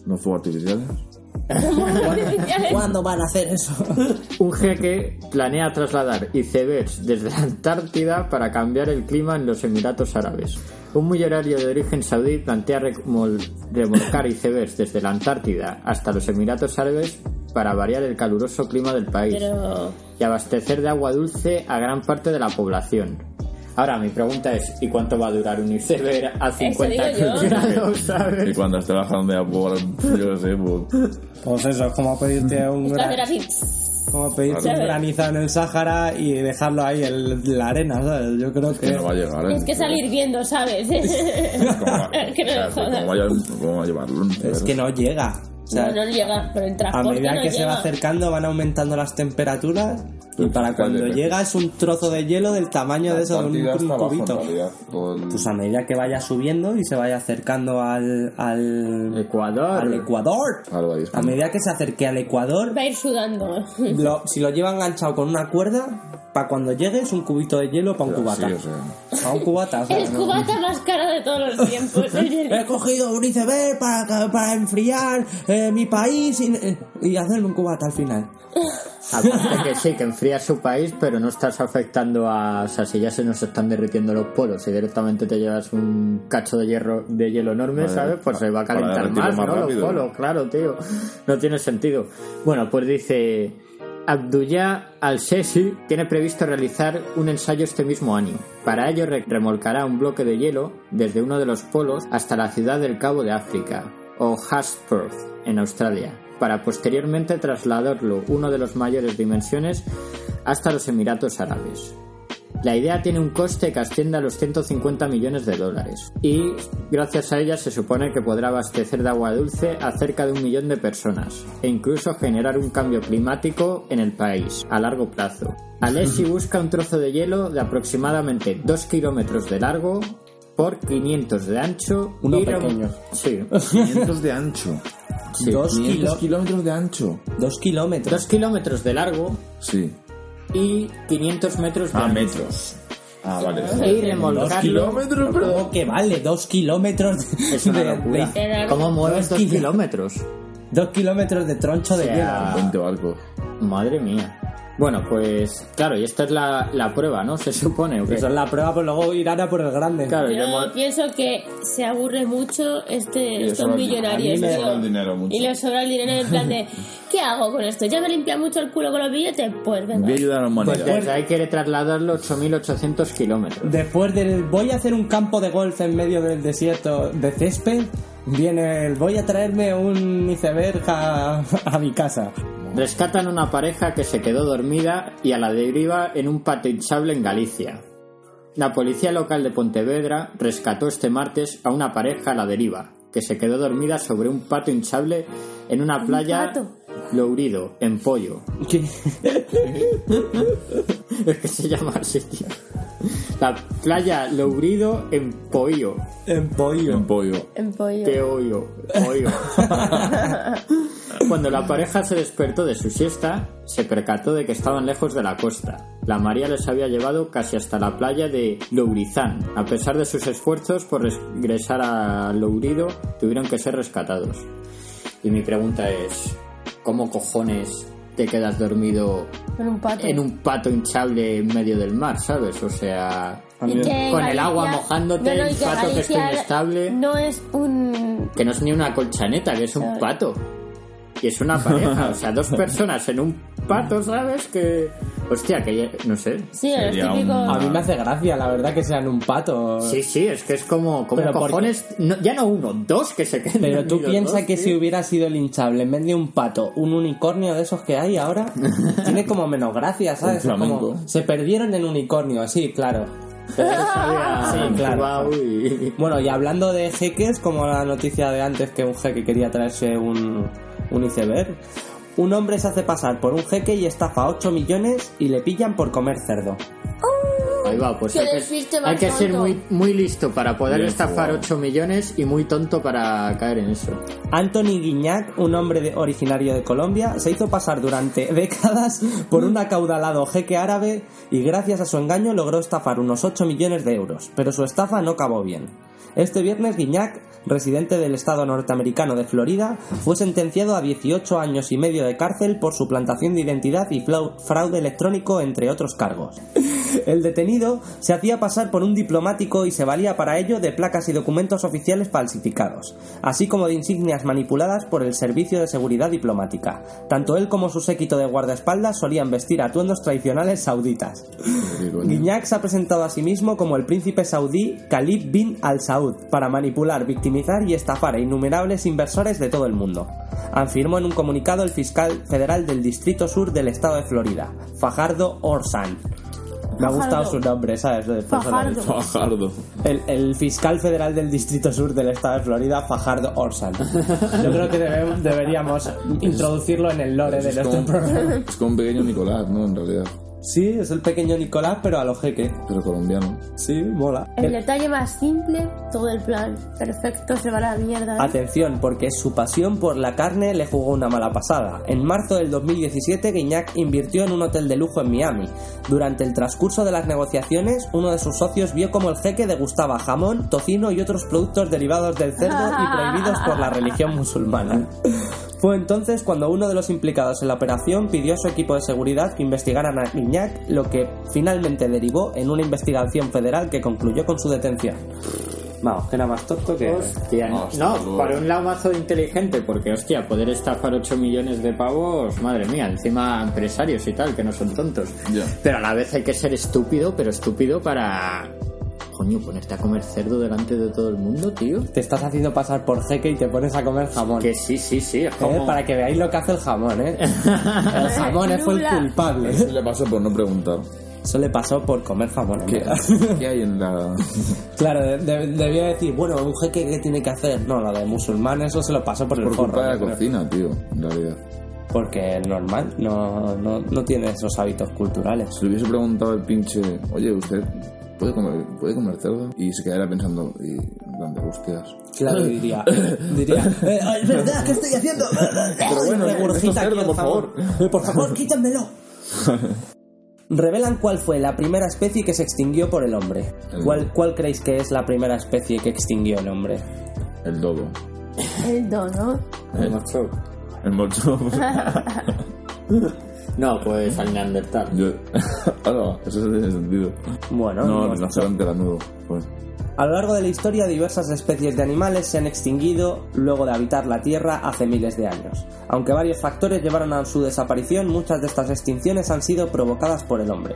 E: los fuegos artificiales?
B: ¿Cuándo van a hacer eso?
C: Un jeque planea trasladar icebergs desde la Antártida para cambiar el clima en los Emiratos Árabes. Un millonario de origen saudí plantea remol- remolcar icebergs desde la Antártida hasta los Emiratos Árabes para variar el caluroso clima del país
D: Pero
C: y abastecer de agua dulce a gran parte de la población. Ahora, mi pregunta es, ¿y cuánto va a durar un iceberg a 50
D: digo yo.
C: grados, sabes?
E: Y cuando esté bajando ya, pues, yo qué sé, pues,
B: Pues eso, es como pedirte un,
D: esto hacer
B: gran-
D: así.
B: como pedirte un
D: Claro.
B: granizo en el Sáhara y dejarlo ahí en la arena, ¿sabes? Yo creo
E: que
B: que...
E: no va a llegar, ¿eh?
D: Tienes que salir viendo, ¿sabes?
E: ¿Cómo va,
D: que no me
E: claro,
D: jodas.
E: ¿cómo va a llevar- ¿eh? cómo va a llevarlo?
B: Es que no llega. O sea,
D: No, no llega, pero el
B: a
D: transporte
B: medida
D: no
B: que
D: llega.
B: se va acercando van aumentando las temperaturas y
E: Pues
B: para
E: está
B: cuando
E: bien.
B: llega es un trozo de hielo del tamaño de eso, de un,
E: Antártida
B: un
E: está abajo, en
B: cubito.
E: realidad, todo el-
B: Pues a medida que vaya subiendo y se vaya acercando al, al,
C: Ecuador.
B: al Ecuador,
E: Algo ahí, es
B: a medida que se acerque al Ecuador,
D: Va a ir sudando.
B: lo- si lo lleva enganchado con una cuerda, para cuando llegue es un cubito de hielo para un cubata.
E: Sí, o sea.
B: Pa' un cubata, o sea,
D: El
B: no-
D: cubata más caro de todos los tiempos.
B: He cogido un iceberg para, para enfriar eh, mi país y, y hacerme un cubata al final.
C: Aparte que sí, que enfría su país, pero no estás afectando a... O sea, si ya se nos están derritiendo los polos y directamente te llevas un cacho de hierro de hielo enorme,
E: Vale,
C: ¿sabes? Pues
E: para-
C: se va a
E: para
C: calentar
E: derretirlo
C: más,
E: más
C: ¿no? Los
E: rápido.
C: polos, claro, tío. No tiene sentido. Bueno, pues dice... Abdullah Al-Sesi tiene previsto realizar un ensayo este mismo año. Para ello re- remolcará un bloque de hielo desde uno de los polos hasta la ciudad del Cabo de África, o Hasperth, en Australia, para posteriormente trasladarlo, uno de los mayores dimensiones, hasta los Emiratos Árabes. La idea tiene un coste que asciende a los 150 millones de dólares y gracias a ella se supone que podrá abastecer de agua dulce a cerca de un millón de personas e incluso generar un cambio climático en el país a largo plazo. Alessi busca un trozo de hielo de aproximadamente 2 kilómetros de largo por 500 de ancho
B: Uno
C: y remo-
B: pequeño.
C: Sí,
E: 500 de ancho.
C: sí.
B: Dos
E: 500
B: kilo-
E: kilómetros de ancho.
B: Dos kilómetros.
C: 2 kilómetros de largo
E: Sí.
C: y 500 metros de
E: Ah,
C: ancho. E
E: metros. Ah, vale.
C: Y
B: Dos
C: remolcarlo
B: kilómetros, pero ¿cómo que vale? Dos kilómetros de,
C: Es una
B: de-
C: locura.
B: de-
D: Pero-
C: ¿Cómo
B: Dos
C: mueves dos
B: kilos.
C: kilómetros?
B: dos kilómetros de troncho de
C: O sea,
E: 20 barcos.
C: madre mía. Bueno, pues claro, y esta es la, la prueba, ¿no? Se supone. ¿o
B: hielo.
C: qué?
B: Eso es la prueba, pues luego irán a por el grande.
C: Claro, y
D: Yo
C: remo-
D: pienso que se aburre mucho este,
E: le
D: estos
E: sobra el-
D: millonarios.
B: a mí le
D: tío.
E: sobra el dinero mucho.
D: Y les sobra el dinero en plan de, ¿qué hago con esto? ¿Ya me limpia mucho el culo con los billetes? Pues
E: Voy a
D: venga.
E: ayudar a la humanidad.
B: Pues
C: desde ahí quiere trasladarlo 8.800 kilómetros.
B: Después del voy a hacer un campo de golf en medio del desierto de césped, viene el voy a traerme un iceberg a, a mi casa.
C: Rescatan una pareja que se quedó dormida y a la deriva en un patio hinchable en Galicia. La policía local de Pontevedra rescató este martes a una pareja a la deriva, que se quedó dormida sobre un patio hinchable en una playa
D: pato?
C: Lourido, en Pollo,
B: ¿Qué?
C: Es que se llama así, tío. La playa Lourido en Poío.
B: En pollo.
E: En pollo.
D: En pollo.
C: Te oigo, oigo. Cuando la pareja se despertó de su siesta, se percató de que estaban lejos de la costa. La María les había llevado casi hasta la playa de Lourizán. A pesar de sus esfuerzos por regresar a Lourido, tuvieron que ser rescatados. Y mi pregunta es, ¿cómo cojones te quedas dormido
D: Con un pato.
C: en un pato hinchable en medio del mar, ¿sabes? O sea,
D: Y que
C: con el
D: Galicia-
C: agua mojándote,
D: No, no, y
C: el
D: que
C: pato que
D: Galicia
C: está inestable,
D: No es un.
C: que no es ni una colchaneta, que es un
D: ¿Sabes?
C: pato. Y es una pareja, o sea, dos personas en un pato, ¿sabes? Que. Hostia, que ya- no sé.
D: Sí, el
E: Sería un-
D: típico.
B: A mí me hace gracia, la verdad, que sean un pato.
C: Sí, sí, es que es como, como
B: Pero ¿por qué?
C: cojones, no- ya no uno, dos que se queden.
B: Pero tú
C: dormidos,
B: piensas
C: dos,
B: que
C: tío.
B: si hubiera sido el hinchable en vez de un pato, un unicornio de esos que hay ahora, tiene como menos gracia, ¿sabes?
E: Un
B: Es como,
E: flamenco.
B: se perdieron en unicornio, sí, claro.
C: Sabía-
B: Sí, ah, claro.
C: Ah, Guau, y-
B: Bueno, y hablando de jeques, como la noticia de antes que un jeque quería traerse un, un iceberg, Un hombre se hace pasar por un jeque y estafa 8 millones y le pillan por comer cerdo.
C: Ahí va, pues
D: Qué
C: hay que,
D: despiste
C: hay
D: más
C: que ser
D: tonto.
C: muy, muy listo para poder
E: Bien
C: estafar
E: jugado.
C: 8 millones y muy tonto para caer en eso.
B: Anthony Guignac, un hombre de- originario de Colombia, se hizo pasar durante décadas por un acaudalado jeque árabe y gracias a su engaño logró estafar unos 8 millones de euros, pero su estafa no acabó bien. Este viernes Guignac, residente del estado norteamericano de Florida, fue sentenciado a 18 años y medio de cárcel por suplantación de identidad y flau- fraude electrónico, entre otros cargos. El detenido se hacía pasar por un diplomático y se valía para ello de placas y documentos oficiales falsificados, así como de insignias manipuladas por el Servicio de Seguridad Diplomática. Tanto él como su séquito de guardaespaldas solían vestir atuendos tradicionales sauditas. Guignac se ha presentado a sí mismo como el príncipe saudí Khalid bin al-Saud para manipular, victimizar y estafar a innumerables inversores de todo el mundo. Afirmó en un comunicado el fiscal federal del Distrito Sur del estado de Florida, Fajardo Orsan. Me ha gustado su nombre, ¿sabes? Después de la
D: Fajardo.
B: leche.
E: Fajardo.
B: El, el fiscal federal del Distrito Sur del estado de Florida, Fajardo Orsan. Yo creo que debe- deberíamos introducirlo en el lore de
E: Es
B: nuestro programa.
E: como, es como un pequeño Nicolás, ¿no? En realidad.
B: Sí, es el pequeño Nicolás, pero a lo jeque.
E: Pero colombiano.
B: Sí, mola.
D: El detalle más simple, todo el plan perfecto se va a la mierda.
E: Ah,
D: ¿eh?
B: Atención, porque su pasión por la carne le jugó una mala pasada. En marzo del 2017, Guignac invirtió en un hotel de lujo en Miami. Durante el transcurso de las negociaciones, uno de sus socios vio como el jeque degustaba jamón, tocino y otros productos derivados del cerdo y prohibidos por la religión musulmana. Fue entonces cuando uno de los implicados en la operación pidió a su equipo de seguridad que investigaran a Guignac, lo que finalmente derivó en una investigación federal que concluyó con su detención. Vamos, que era más tonto que...
C: Hostia, no.
E: Hostia,
C: No,
E: luego.
C: para un lado mazo inteligente, porque hostia, poder estafar 8 millones de pavos, madre mía, encima empresarios y tal, que no son tontos.
E: Ya.
C: Pero a la vez hay que ser estúpido, pero estúpido para... Coño, ponerte a comer cerdo delante de todo el mundo, tío.
B: te estás haciendo pasar por jeque y te pones a comer jamón.
C: Que sí, sí, sí, es
B: Eh,
C: como...
B: Para que veáis lo que hace el jamón, ¿eh? El jamón fue el
D: Nula.
B: culpable.
E: Eso le pasó por no preguntar.
B: Eso le pasó por comer jamón.
E: ¿Qué,
B: amiga.
E: qué hay en la.?
B: Claro, de- de- debía decir, bueno, un jeque que tiene que hacer. No, lo de musulmán, eso se lo pasó por el
E: Por
B: forro,
E: culpa de la
B: yo creo.
E: cocina, tío. En realidad.
B: Porque el normal no, no, no tiene esos hábitos culturales.
E: Si le hubiese preguntado el pinche. Oye, ¿usted puede comer, puede comer cerdo? Y se quedaría pensando. Y. en plan de, hostias.
B: Claro, diría. diría "Eh, es verdad, ¿qué estoy haciendo? Pero
E: bueno, esto cerdo, por
B: Por favor, quítamelo. Revelan cuál fue la primera especie que se extinguió por el hombre.
E: El-
B: ¿Cuál, ¿Cuál creéis que es la primera especie que extinguió el hombre?
E: El dodo.
D: El dono.
C: eh,
E: El mocho.
C: No, pues al Neandertal.
E: Yo. Ahora, eso no tiene sentido.
B: Bueno,
E: No,
B: no-
E: el rinoceronte lanudo. Pues.
B: a lo largo de la historia diversas especies de animales se han extinguido luego de habitar la Tierra hace miles de años. Aunque varios factores llevaron a su desaparición, muchas de estas extinciones han sido provocadas por el hombre.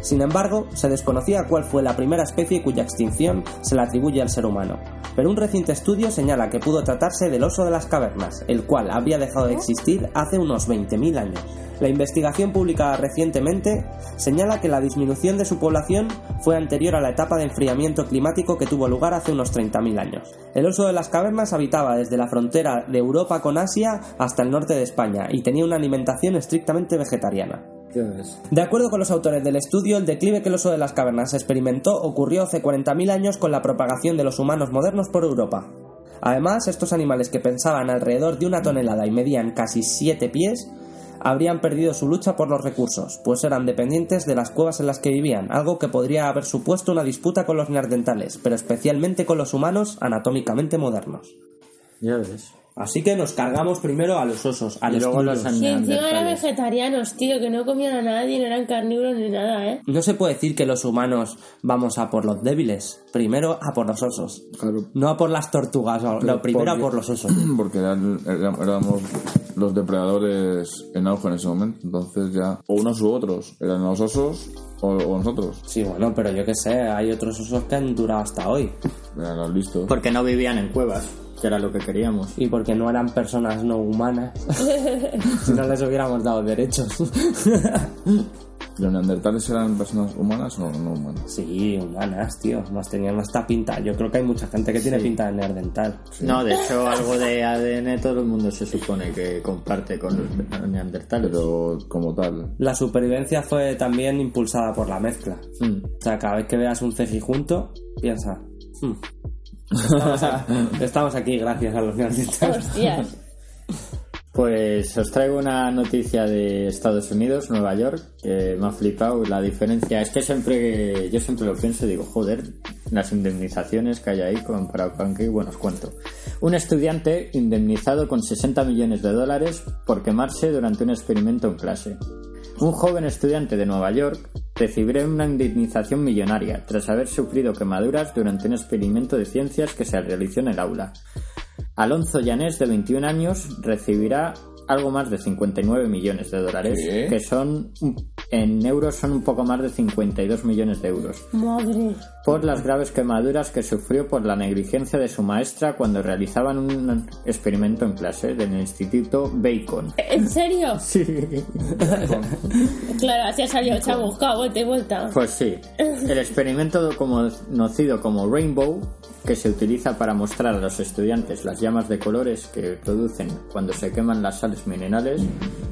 B: Sin embargo, se desconocía cuál fue la primera especie cuya extinción se le atribuye al ser humano. Pero un reciente estudio señala que pudo tratarse del oso de las cavernas, el cual habría dejado de existir hace unos 20.000 años. La investigación publicada recientemente señala que la disminución de su población fue anterior a la etapa de enfriamiento climático que tuvo lugar hace unos 30.000 años. El oso de las cavernas habitaba desde la frontera de Europa con Asia hasta el norte de España y tenía una alimentación estrictamente vegetariana. De acuerdo con los autores del estudio, el declive que el oso de las cavernas experimentó ocurrió hace 40.000 años con la propagación de los humanos modernos por Europa. Además, estos animales que pensaban alrededor de una tonelada y medían casi 7 pies, habrían perdido su lucha por los recursos, pues eran dependientes de las cuevas en las que vivían, algo que podría haber supuesto una disputa con los neandertales, pero especialmente con los humanos anatómicamente modernos.
C: Ya ves.
B: Así que nos cargamos primero a los osos, a
C: Y
B: los
C: luego
B: tuyos.
C: los
D: Y encima eran
C: neandertales.
D: vegetarianos, tío, que no comían a nadie, no eran carnívoros ni nada, ¿eh?
B: No se puede decir que los humanos vamos a por los débiles, primero a por los osos.
E: Claro.
B: No a por las tortugas, o- lo primero a por los osos.
E: Porque eran- era- éramos los depredadores en auge en ese momento. Entonces ya. O unos u otros. Eran los osos o, o nosotros.
B: Sí, bueno, pero yo qué sé, hay otros osos que han durado hasta hoy.
E: Eran los listos.
C: Porque no vivían en cuevas, que era lo que queríamos.
B: Y porque no eran personas no humanas, si no les hubiéramos dado derechos.
E: ¿Los neandertales eran personas humanas o no humanas?
B: Sí, humanas, tío. Nos tenían hasta pinta. Yo creo que hay mucha gente que tiene pinta de neandertal.
C: No, de hecho, algo de ADN todo el mundo se supone que comparte con los neandertales.
E: Pero como tal.
B: La supervivencia fue también impulsada por la mezcla.
C: Mm.
B: O sea, cada vez que veas un ceji junto, piensa. "Hmm, Estamos, a- estamos aquí gracias a los neandertales.
D: Hostias.
C: Pues os traigo una noticia de Estados Unidos, Nueva York, que me ha flipado la diferencia. Es que siempre, yo siempre lo pienso y digo, joder, las indemnizaciones que hay ahí comparado con aquí, bueno, os cuento. Un estudiante indemnizado con 60 millones de dólares por quemarse durante un experimento en clase. Un joven estudiante de Nueva York recibirá una indemnización millonaria tras haber sufrido quemaduras durante un experimento de ciencias que se realizó en el aula. Alonso Llanés, de 21 años, recibirá algo más de 59 millones de dólares,
E: ¿Qué?
C: que son, en euros, son un poco más de 52 millones de euros,
D: Madre.
C: por las graves quemaduras que sufrió por la negligencia de su maestra cuando realizaban un experimento en clase del Instituto Bacon.
D: ¿En serio?
C: Sí.
D: Claro, así ha salido chamuscado, vuelta y vuelta.
C: Pues sí, el experimento como- conocido como Rainbow, que se utiliza para mostrar a los estudiantes las llamas de colores que producen cuando se queman las sales minerales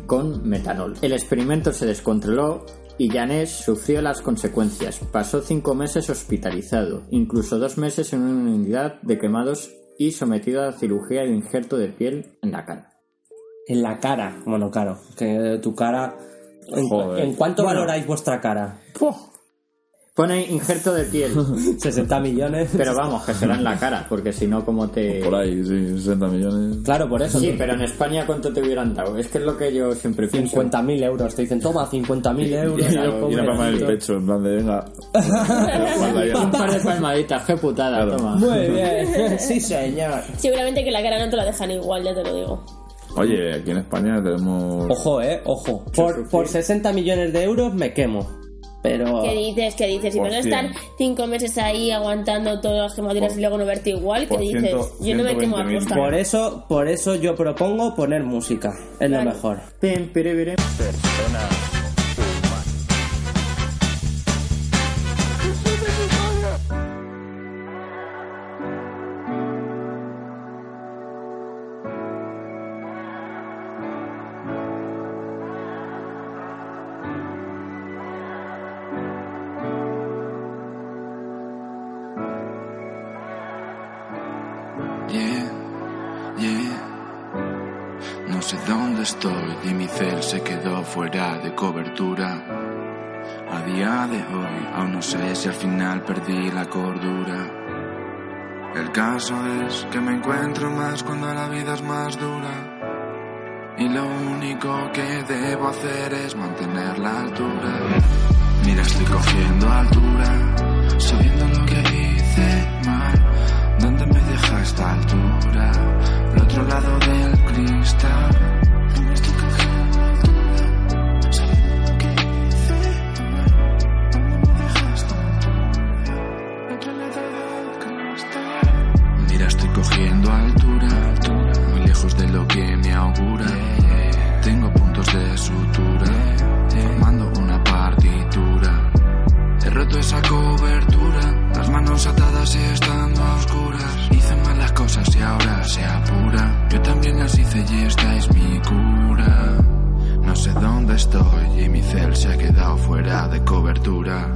C: con metanol. El experimento se descontroló y Janés sufrió las consecuencias. Pasó cinco meses hospitalizado, incluso dos meses en una unidad de quemados y sometido a cirugía y injerto de piel en la cara.
B: En la cara. Bueno, claro. Que tu cara. ¿En,
E: Joder.
B: ¿en cuánto
C: Bueno.
B: valoráis vuestra cara?
C: Pone injerto de piel,
B: 60 millones.
C: pero vamos, que será en la cara, porque si no, ¿cómo te...?
E: Por ahí, sí, 60 millones.
B: Claro, por eso.
C: Sí,
B: tío.
C: pero en España cuánto te hubieran dado. Es que es lo que yo siempre pienso.
B: 50.000 euros. Te dicen, toma, 50.000
E: Y,
B: euros.
E: una- y una
B: pobrecito.
E: palma en el pecho, en plan de venga. Guarda ya.
C: Un par de palmaditas, qué putada,
E: Claro.
C: toma.
B: Muy bien. sí, señor.
D: Seguramente que la cara no te la dejan igual, ya te lo digo.
E: Oye, aquí en España tenemos.
B: Ojo, eh, ojo.
C: Sí, sí,
B: Por,
C: sí.
B: por 60 millones de euros me quemo. Pero.
E: Ah.
D: ¿Qué dices? ¿Qué dices? Si
E: Por
D: van a
E: cien.
D: estar cinco meses ahí aguantando todas las quemaduras
E: Por-
D: y luego no verte igual, ¿qué
E: por
D: dices?
E: ciento-
D: Yo no me quemo a
E: 120.000.
D: costa.
B: Por eso, por eso yo propongo poner música. Es lo
D: Vale.
B: mejor.
C: Pim, piri, piri.
A: Yeah, yeah. No sé dónde estoy, Jimmy Cell se quedó fuera de cobertura. A día de hoy, aún no sé si al final perdí la cordura. El caso es que me encuentro más cuando la vida es más dura. Y lo único que debo hacer es mantener la altura. Mira, estoy cogiendo altura, sabiendo lo que hice mal. ¿Dónde me deja esta altura? Al otro lado del cristal. Mira, estoy cogiendo altura, sabiendo lo que hice mal. ¿Dónde me deja esta altura? Al otro lado del cristal. Mira, estoy cogiendo altura, altura, muy lejos de lo que me augura. Tengo puntos de sutura, formando una partitura. He roto esa cobertura, las manos atadas y estando a oscuras. Hice malas cosas y ahora se apura. Yo también las hice y esta es mi cura. No sé dónde estoy y mi cel se ha quedado fuera de cobertura.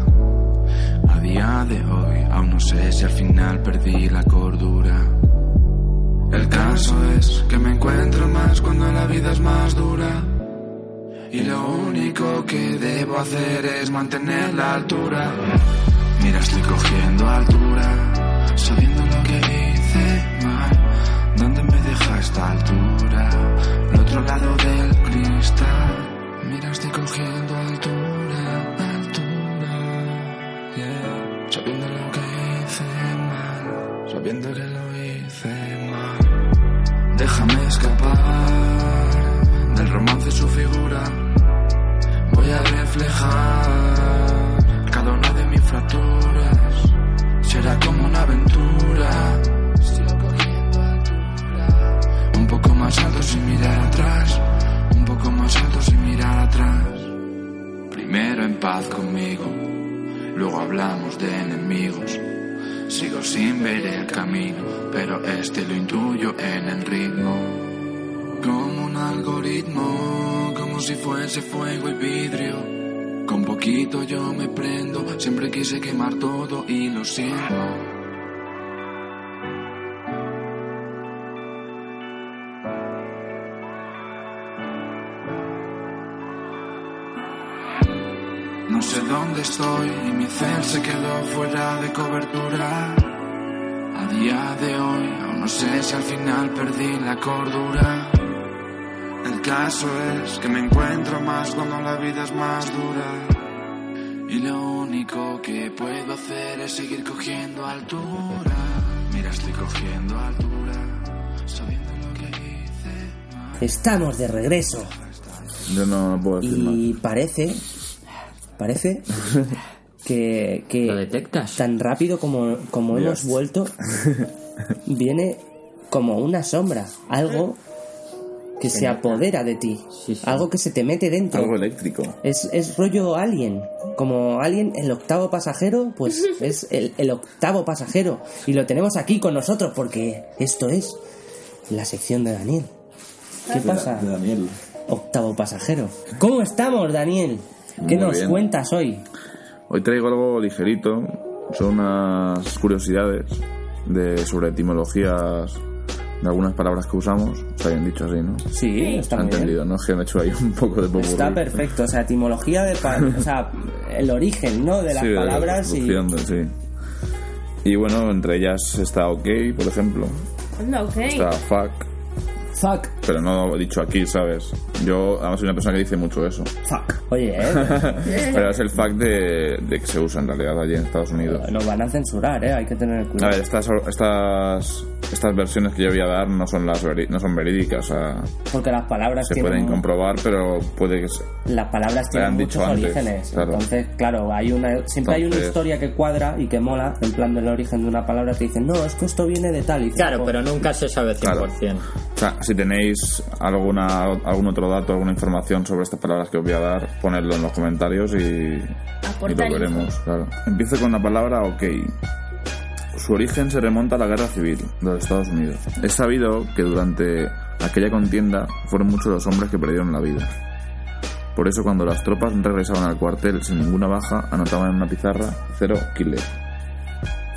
A: A día de hoy aún no sé si al final perdí la cordura. El caso es que me encuentro más cuando la vida es más dura. Y lo único que debo hacer es mantener la altura. Mira, estoy cogiendo altura, sabiendo lo que hice mal. ¿Dónde me deja esta altura? Al otro lado del cristal. Mira, estoy cogiendo altura, altura. yeah. Sabiendo lo que hice mal, sabiendo que lo hice mal. Déjame escapar del romance y su figura. Voy a reflejar cada una de mis fracturas. Será como una aventura. Sigo cogiendo altura. Un poco más alto si paz conmigo. Luego hablamos de enemigos. Sigo sin ver el camino, pero este lo intuyo en el ritmo. Como un algoritmo, como si fuese fuego y vidrio. Con poquito yo me prendo, siempre quise quemar todo y lo siento. No sé dónde estoy y mi cel se quedó fuera de cobertura. A día de hoy aún no sé si al final perdí la cordura. El caso es que me encuentro más cuando la vida es más dura. Y lo único que puedo hacer es seguir cogiendo altura. Mira, estoy cogiendo altura, sabiendo lo que hice.
B: Estamos de regreso
E: Yo no puedo
C: Pues
E: decir
B: y parece, parece que, que
C: ¿Lo detectas?
B: tan rápido como, como hemos vuelto viene como una sombra, algo que se apodera de ti,
C: Eh. Sí, sí.
B: algo que se te mete
E: más.
B: dentro.
E: Algo eléctrico.
B: Es, es rollo Alien. Como Alien, el octavo pasajero, pues es el, el octavo pasajero. Y lo tenemos aquí con nosotros porque esto es la sección de Daniel. ¿Qué pasa?
E: Ah, De Daniel.
B: Octavo pasajero. ¿Cómo estamos, Daniel? ¿Qué
E: Muy
B: nos
E: bien.
B: cuentas hoy?
E: Hoy traigo algo ligerito. Son unas curiosidades de, sobre etimologías de algunas palabras que usamos. Está bien dicho así, ¿no?
B: Sí, está
E: Ha
B: muy bien.
E: entendido, ¿no? Es que me he hecho ahí un poco de poco.
B: Está perfecto, o sea, etimología de pa- o sea, el origen, ¿no? De las
E: Sí, de la
B: palabras y
E: construcción de- sí. Y bueno, entre ellas está OK, por ejemplo.
D: Anda, ok.
E: Está fuck,
B: fuck,
E: pero no lo he dicho aquí, ¿sabes? Yo, además, soy una persona que dice mucho eso.
B: fuck. Oye, eh,
E: Pero es el fuck de, de que se usa en realidad allí en Estados Unidos.
B: nos van a censurar, eh, hay que tener
E: A
B: cuidado.
E: ver, estas, estas, estas versiones que yo voy a dar no son, las, veri- no son verídicas. o sea,
B: Porque las palabras
E: se
B: tienen
E: pueden comprobar, pero puede que se-
B: las palabras
E: han
B: tienen
E: dicho
B: muchos
E: antes,
B: orígenes.
E: claro.
B: Entonces, claro, hay una siempre hay una
E: Entonces-
B: historia que cuadra y que mola, en plan del origen de una palabra te dicen, "No, es que esto viene de tal" y dices,
C: Claro,
B: "Jo".
C: pero nunca se sabe 100%.
E: O sea, si tenéis alguna, algún otro dato, alguna información sobre estas palabras que os voy a dar, ponedlo en los comentarios y, y
D: Aportar
E: lo veremos, claro. Empiezo con la palabra OK. Su origen se remonta a la Guerra Civil de los Estados Unidos. Es sabido que durante aquella contienda fueron muchos los hombres que perdieron la vida. Por eso cuando las tropas regresaban al cuartel sin ninguna baja, anotaban en una pizarra cero killer.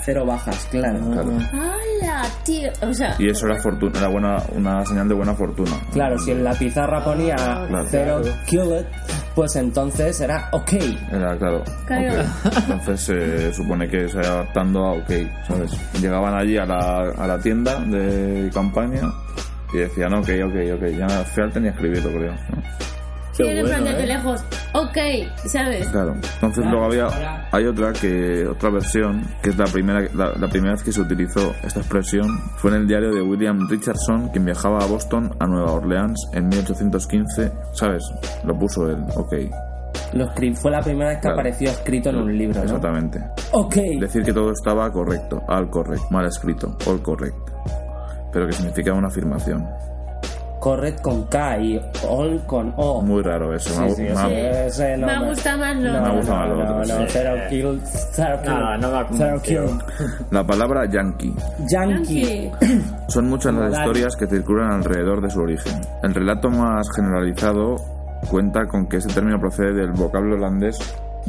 B: cero bajas, claro.
E: Claro.
D: ¡Hala, tío! O sea,
E: Y eso era, fortuna, era buena, una señal de buena fortuna.
B: Claro, si en la pizarra ponía
E: Claro.
B: cero kill it, pues entonces era ok.
E: Era claro.
D: Claro.
E: ok. Entonces se supone que se va adaptando a OK, ¿sabes? Llegaban allí a la, a la tienda de campaña y decían OK, OK, OK. Ya al final tenía que escribirlo, creo. ¿no?
D: sí, en plan desde lejos. Ok, ¿sabes?
E: Claro. Entonces luego había hay otra que otra versión que es la primera la, la primera vez que se utilizó esta expresión fue en el diario de William Richardson quien viajaba a Boston a Nueva Orleans en 1815, ¿sabes? Lo puso él, OK.
B: Lo escri- fue la primera vez que
E: Claro.
B: apareció escrito en un libro, ¿no?
E: Exactamente.
B: Ok.
E: Decir que todo estaba correcto, al correct, mal escrito, all correct. Pero que significaba una afirmación.
B: Correct con K y all con O.
E: Muy raro eso. me ha-
B: Sí,
E: me
B: sí,
E: ha-
B: sí, ese no
D: Me gusta más lo
B: No,
D: otro.
E: Me gusta más lo
B: no,
E: otro,
B: no,
E: sí.
B: Zero kill, zero kill.
C: No, este no me ha
B: Zero
C: convencido.
B: kill.
E: La palabra yankee.
B: Yankee.
D: Yankee.
E: Son muchas las
B: Moral.
E: historias que circulan alrededor de su origen. El relato más generalizado cuenta con que este término procede del vocablo holandés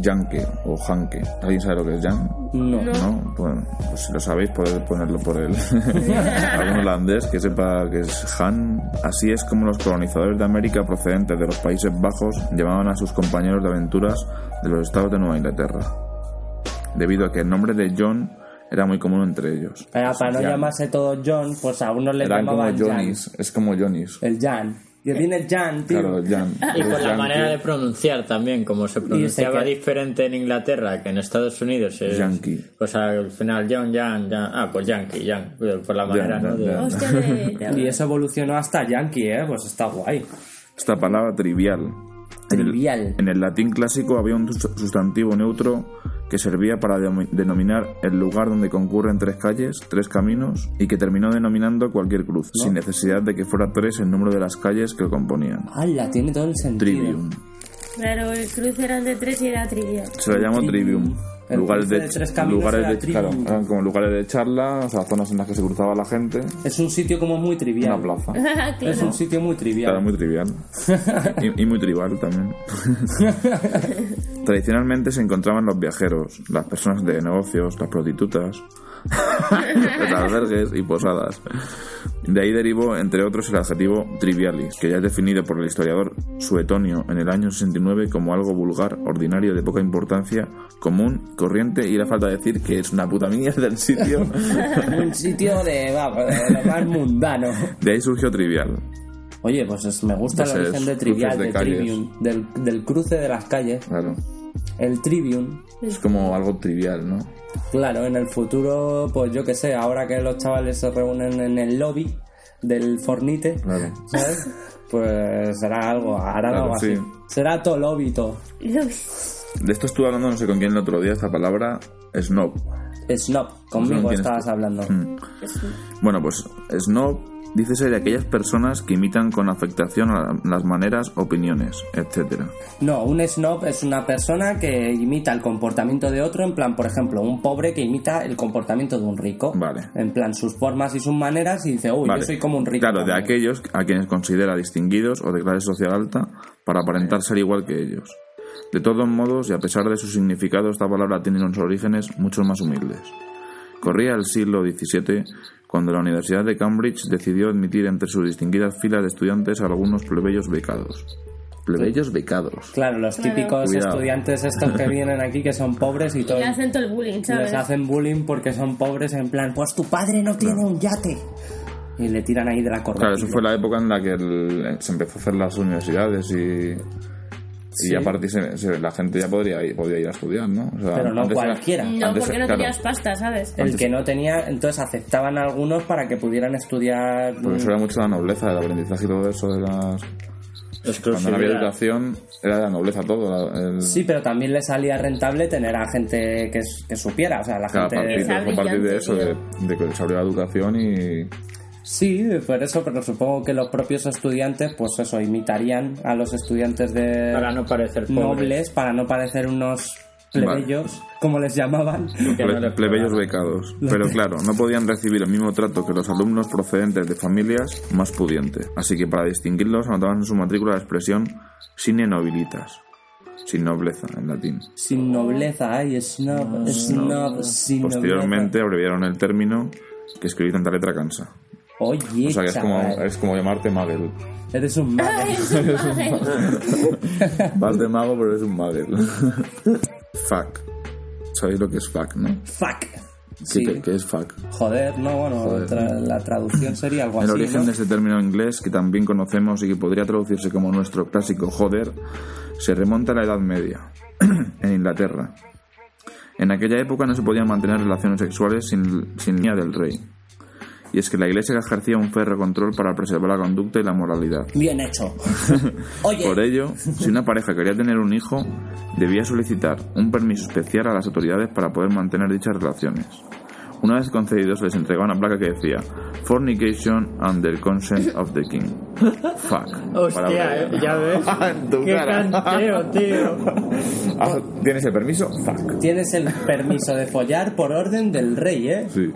E: janke o hanke. ¿Alguien sabe lo que es jan?
B: No.
E: ¿No? Bueno, pues si lo sabéis, podéis ponerlo por él. Algún holandés que sepa que es Han. Así es como los colonizadores de América procedentes de los Países Bajos llamaban a sus compañeros de aventuras de los estados de Nueva Inglaterra, debido a que el nombre de John era muy común entre ellos.
B: Era para no
E: Jan.
B: llamarse todo John, pues a uno le
E: Eran como
B: llamaban Jan.
E: Johnnies, es como Johnnies.
B: El Jan. Y viene el Jan, tío.
E: Claro, Jan.
C: Y
E: Es
C: por la
E: Yankee.
C: manera de pronunciar también, como se pronunciaba
B: que-
C: diferente en Inglaterra que en Estados Unidos. Es,
E: Yankee.
C: O sea, al final, John, Jan, Jan. Ah, pues Yankee, Jan. Por la manera,
E: Jan,
C: ¿no? De-
E: Jan.
D: Hostia, de-
B: Y
E: eh.
D: de-
B: eso evolucionó hasta Yankee, ¿eh? Pues está guay.
E: Esta palabra trivial. En el-
B: Trivial.
E: En el latín clásico había un sus- sustantivo neutro que servía para denomi- denominar el lugar donde concurren tres calles, tres caminos, y que terminó denominando cualquier cruz, sin necesidad de que fuera tres el número de las calles que lo componían.
B: ¡Hala! Tiene todo el sentido.
E: Trivium.
D: Claro, el cruce eran de tres y era trivia.
E: Se lo llamó Trivium.
B: El
E: Lugares
B: cruce
E: de,
B: de tres caminos
E: lugares
B: era
E: de,
B: Trivium.
E: claro, eran como lugares de charla, o sea, zonas en las que se cruzaba la gente,
B: Es un sitio como muy
E: una
B: trivial.
E: plaza.
B: Es un sitio muy
E: Claro,
B: trivial.
E: muy trivial. Y, y muy tribal también. Tradicionalmente se encontraban los viajeros, las personas de negocios, las prostitutas, los albergues y posadas. De ahí derivó, entre otros, el adjetivo trivialis, que ya es definido por el historiador Suetonio en el año 69 como algo vulgar, ordinario, de poca importancia, común, corriente y la falta de decir que es una puta mierda del sitio.
B: Un sitio de, vamos, de lo más mundano.
E: De ahí surgió trivial,
B: Oye, pues es- me gusta
E: Pues
B: la
E: es
B: origen de
E: cruces
B: trivial,
E: de
B: de,
E: calles.
B: trivium, del, del cruce de las calles.
E: claro.
B: El trivium,
E: Es como algo trivial, ¿no?
B: claro, en el futuro, pues yo qué sé, ahora que los chavales se reúnen en el lobby del Fornite,
E: Claro.
B: ¿sabes? Pues será algo, harán
E: Claro,
B: algo así.
E: sí.
B: Será tolobito.
E: De esto estuve hablando no sé con quién el otro día, esta palabra snob.
B: Snob,
E: No
B: conmigo
E: tienes
B: estabas
E: tú.
B: hablando.
E: Mm. Bueno, pues snob dícese de aquellas personas que imitan con afectación a la- las maneras, opiniones, etcétera.
B: No, un snob es una persona que imita el comportamiento de otro, en plan, por ejemplo, un pobre que imita el comportamiento de un rico.
E: Vale.
B: En plan, sus formas y sus maneras y dice, uy,
E: Vale.
B: yo soy como un rico.
E: Claro, de
B: también".
E: aquellos a quienes considera distinguidos o de clase social alta para aparentar ser igual que ellos. De todos modos, y a pesar de su significado, esta palabra tiene unos orígenes mucho más humildes. Corría el siglo XVII cuando la Universidad de Cambridge decidió admitir entre sus distinguidas filas de estudiantes a algunos plebeyos becados. Plebeyos becados.
B: Claro, los
D: Claro.
B: típicos
E: Cuidado.
B: estudiantes estos que vienen aquí que son pobres y todo.
D: Le hacen todo el bullying, ¿sabes?
B: Les hacen bullying porque son pobres en plan, pues tu padre no tiene un yate. Y le tiran ahí de la corona.
E: Claro, eso fue la época en la que el- se empezó a hacer las universidades y, y a partir se- se- la gente ya podría ir, podía ir a estudiar, ¿no? O sea,
B: Pero no
E: antes era-
B: cualquiera.
D: No,
E: Antes,
D: porque no
E: claro.
D: tenías pasta, ¿sabes?
B: El que no tenía, entonces aceptaban a algunos para que pudieran estudiar.
E: Porque eso era mucho la nobleza, el aprendizaje y todo eso de las...
C: Pues
E: Cuando no había
C: Exclusividad.
E: educación, era la nobleza todo. la- el-
B: Sí, pero también le salía rentable tener a gente que, que supiera, o sea, la
E: cada
B: gente...
E: partido,
D: Era
E: fue a partir de
D: brillante,
E: eso, de, de que se abrió la educación y...
B: Sí, por eso, pero supongo que los propios estudiantes, pues eso, imitarían a los estudiantes de
C: Para no parecer pobre.
B: nobles para no parecer unos
E: Vale.
B: plebeyos, como les llamaban.
C: Que no
E: ple-
C: les
E: plebeyos
C: pegaba.
E: becados. Pero claro, no podían recibir el mismo trato que los alumnos procedentes de familias más pudientes. Así que para distinguirlos anotaban en su matrícula la expresión sine nobilitas, sin nobleza en latín.
B: Sin
C: Ah.
B: nobleza, ay, snob, snob, sin
E: Posteriormente abreviaron el término que escribir tanta letra cansa.
B: nobleza. Oye,
E: O sea que es como,
B: chaval,
E: es como llamarte Magel.
B: eres un mago.
E: Vas de mago, pero eres un Magel. fuck. Sabéis lo que es fuck, ¿no?
B: Fuck.
E: Sí.
B: Sí.
E: que que es fuck?
B: Joder, no, bueno, tra- la traducción sería algo
E: El
B: así,
E: origen
B: ¿no?
E: de este término inglés, que también conocemos y que podría traducirse como nuestro clásico joder, se remonta a la Edad Media, en Inglaterra. En aquella época no se podían mantener relaciones sexuales sin, sin línea del rey. Y es que la iglesia ejercía un férreo control para preservar la conducta y la moralidad.
B: Bien hecho. Oye,
E: Por ello, si una pareja quería tener un hijo, debía solicitar un permiso especial a las autoridades para poder mantener dichas relaciones. Una vez concedido, se les entregaba una placa que decía Fornication under consent of the king. Fuck. Palabra
C: Hostia, eh,
E: de-
C: ya ves.
E: En tu
C: Qué
E: cara.
C: canteo, tío.
E: Ah, ¿Tienes el permiso? Fuck.
B: tienes el permiso de follar por orden del rey, ¿eh?
E: Sí.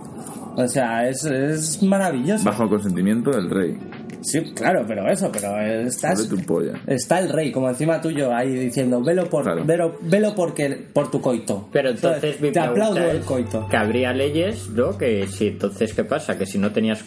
B: O sea, es, es maravilloso.
E: Bajo el consentimiento del rey.
B: Sí, claro, pero eso, pero
E: Abre
B: estás...
E: tu polla.
B: Está el rey como encima tuyo ahí diciendo, velo por
E: Claro.
B: velo, velo porque, por tu coito.
C: Pero entonces mi
B: te
C: pregunta
B: aplaudo el
C: es
B: coito.
C: Que habría leyes, ¿no? Que sí, entonces ¿qué pasa? Que si no tenías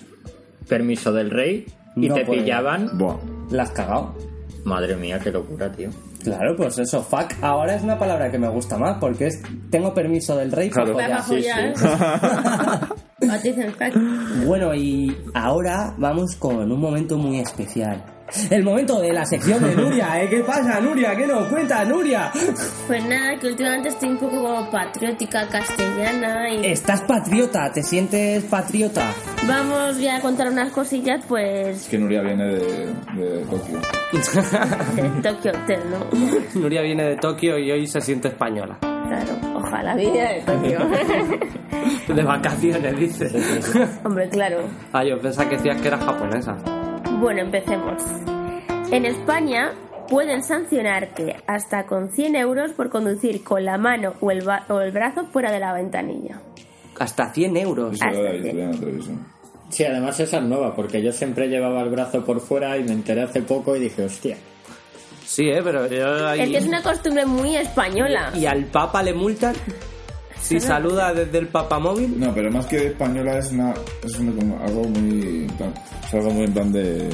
C: permiso del rey y
B: No
C: te
B: puede.
C: pillaban...
E: Buah.
B: La has cagado.
C: Madre mía, qué locura, tío.
B: Claro, pues eso, fuck. Ahora es una palabra que me gusta más porque es tengo permiso del rey pues
E: Claro.
B: para follar.
D: Para follar. O te dicen fuck.
B: Bueno, y ahora vamos con un momento muy especial. El momento de la sección de Nuria, ¿eh? ¿Qué pasa, Nuria? ¿Qué nos cuenta, Nuria?
D: Pues nada, que últimamente estoy un poco como patriótica castellana y...
B: ¿Estás patriota? ¿Te sientes patriota?
D: Vamos ya a contar unas cosillas, pues...
E: Es que Nuria viene de, de Tokio.
D: de Tokyo Hotel, ¿no?
B: Nuria viene de Tokio y hoy se siente española.
D: Claro, ojalá viniera de Tokio.
B: De vacaciones, dices.
D: Hombre, claro.
B: Ah, yo pensaba que decías que era japonesa.
D: Bueno, empecemos. En España, pueden sancionarte hasta con 100 euros por conducir con la mano o el, ba- o el brazo fuera de la ventanilla.
B: Hasta 100 euros.
E: Eso
D: Hasta
E: lo he visto
D: bien.
E: en la televisión.
C: Sí, además esa es nueva, porque yo siempre llevaba el brazo por fuera y me enteré hace poco y dije, hostia.
B: Sí, eh, pero yo ahí-
D: Es que es una costumbre muy española.
B: Y al Papa le multan si saluda desde el Papamóvil.
E: No, pero más que de española es una. Es una, como algo muy. en plan- Es algo muy en plan de.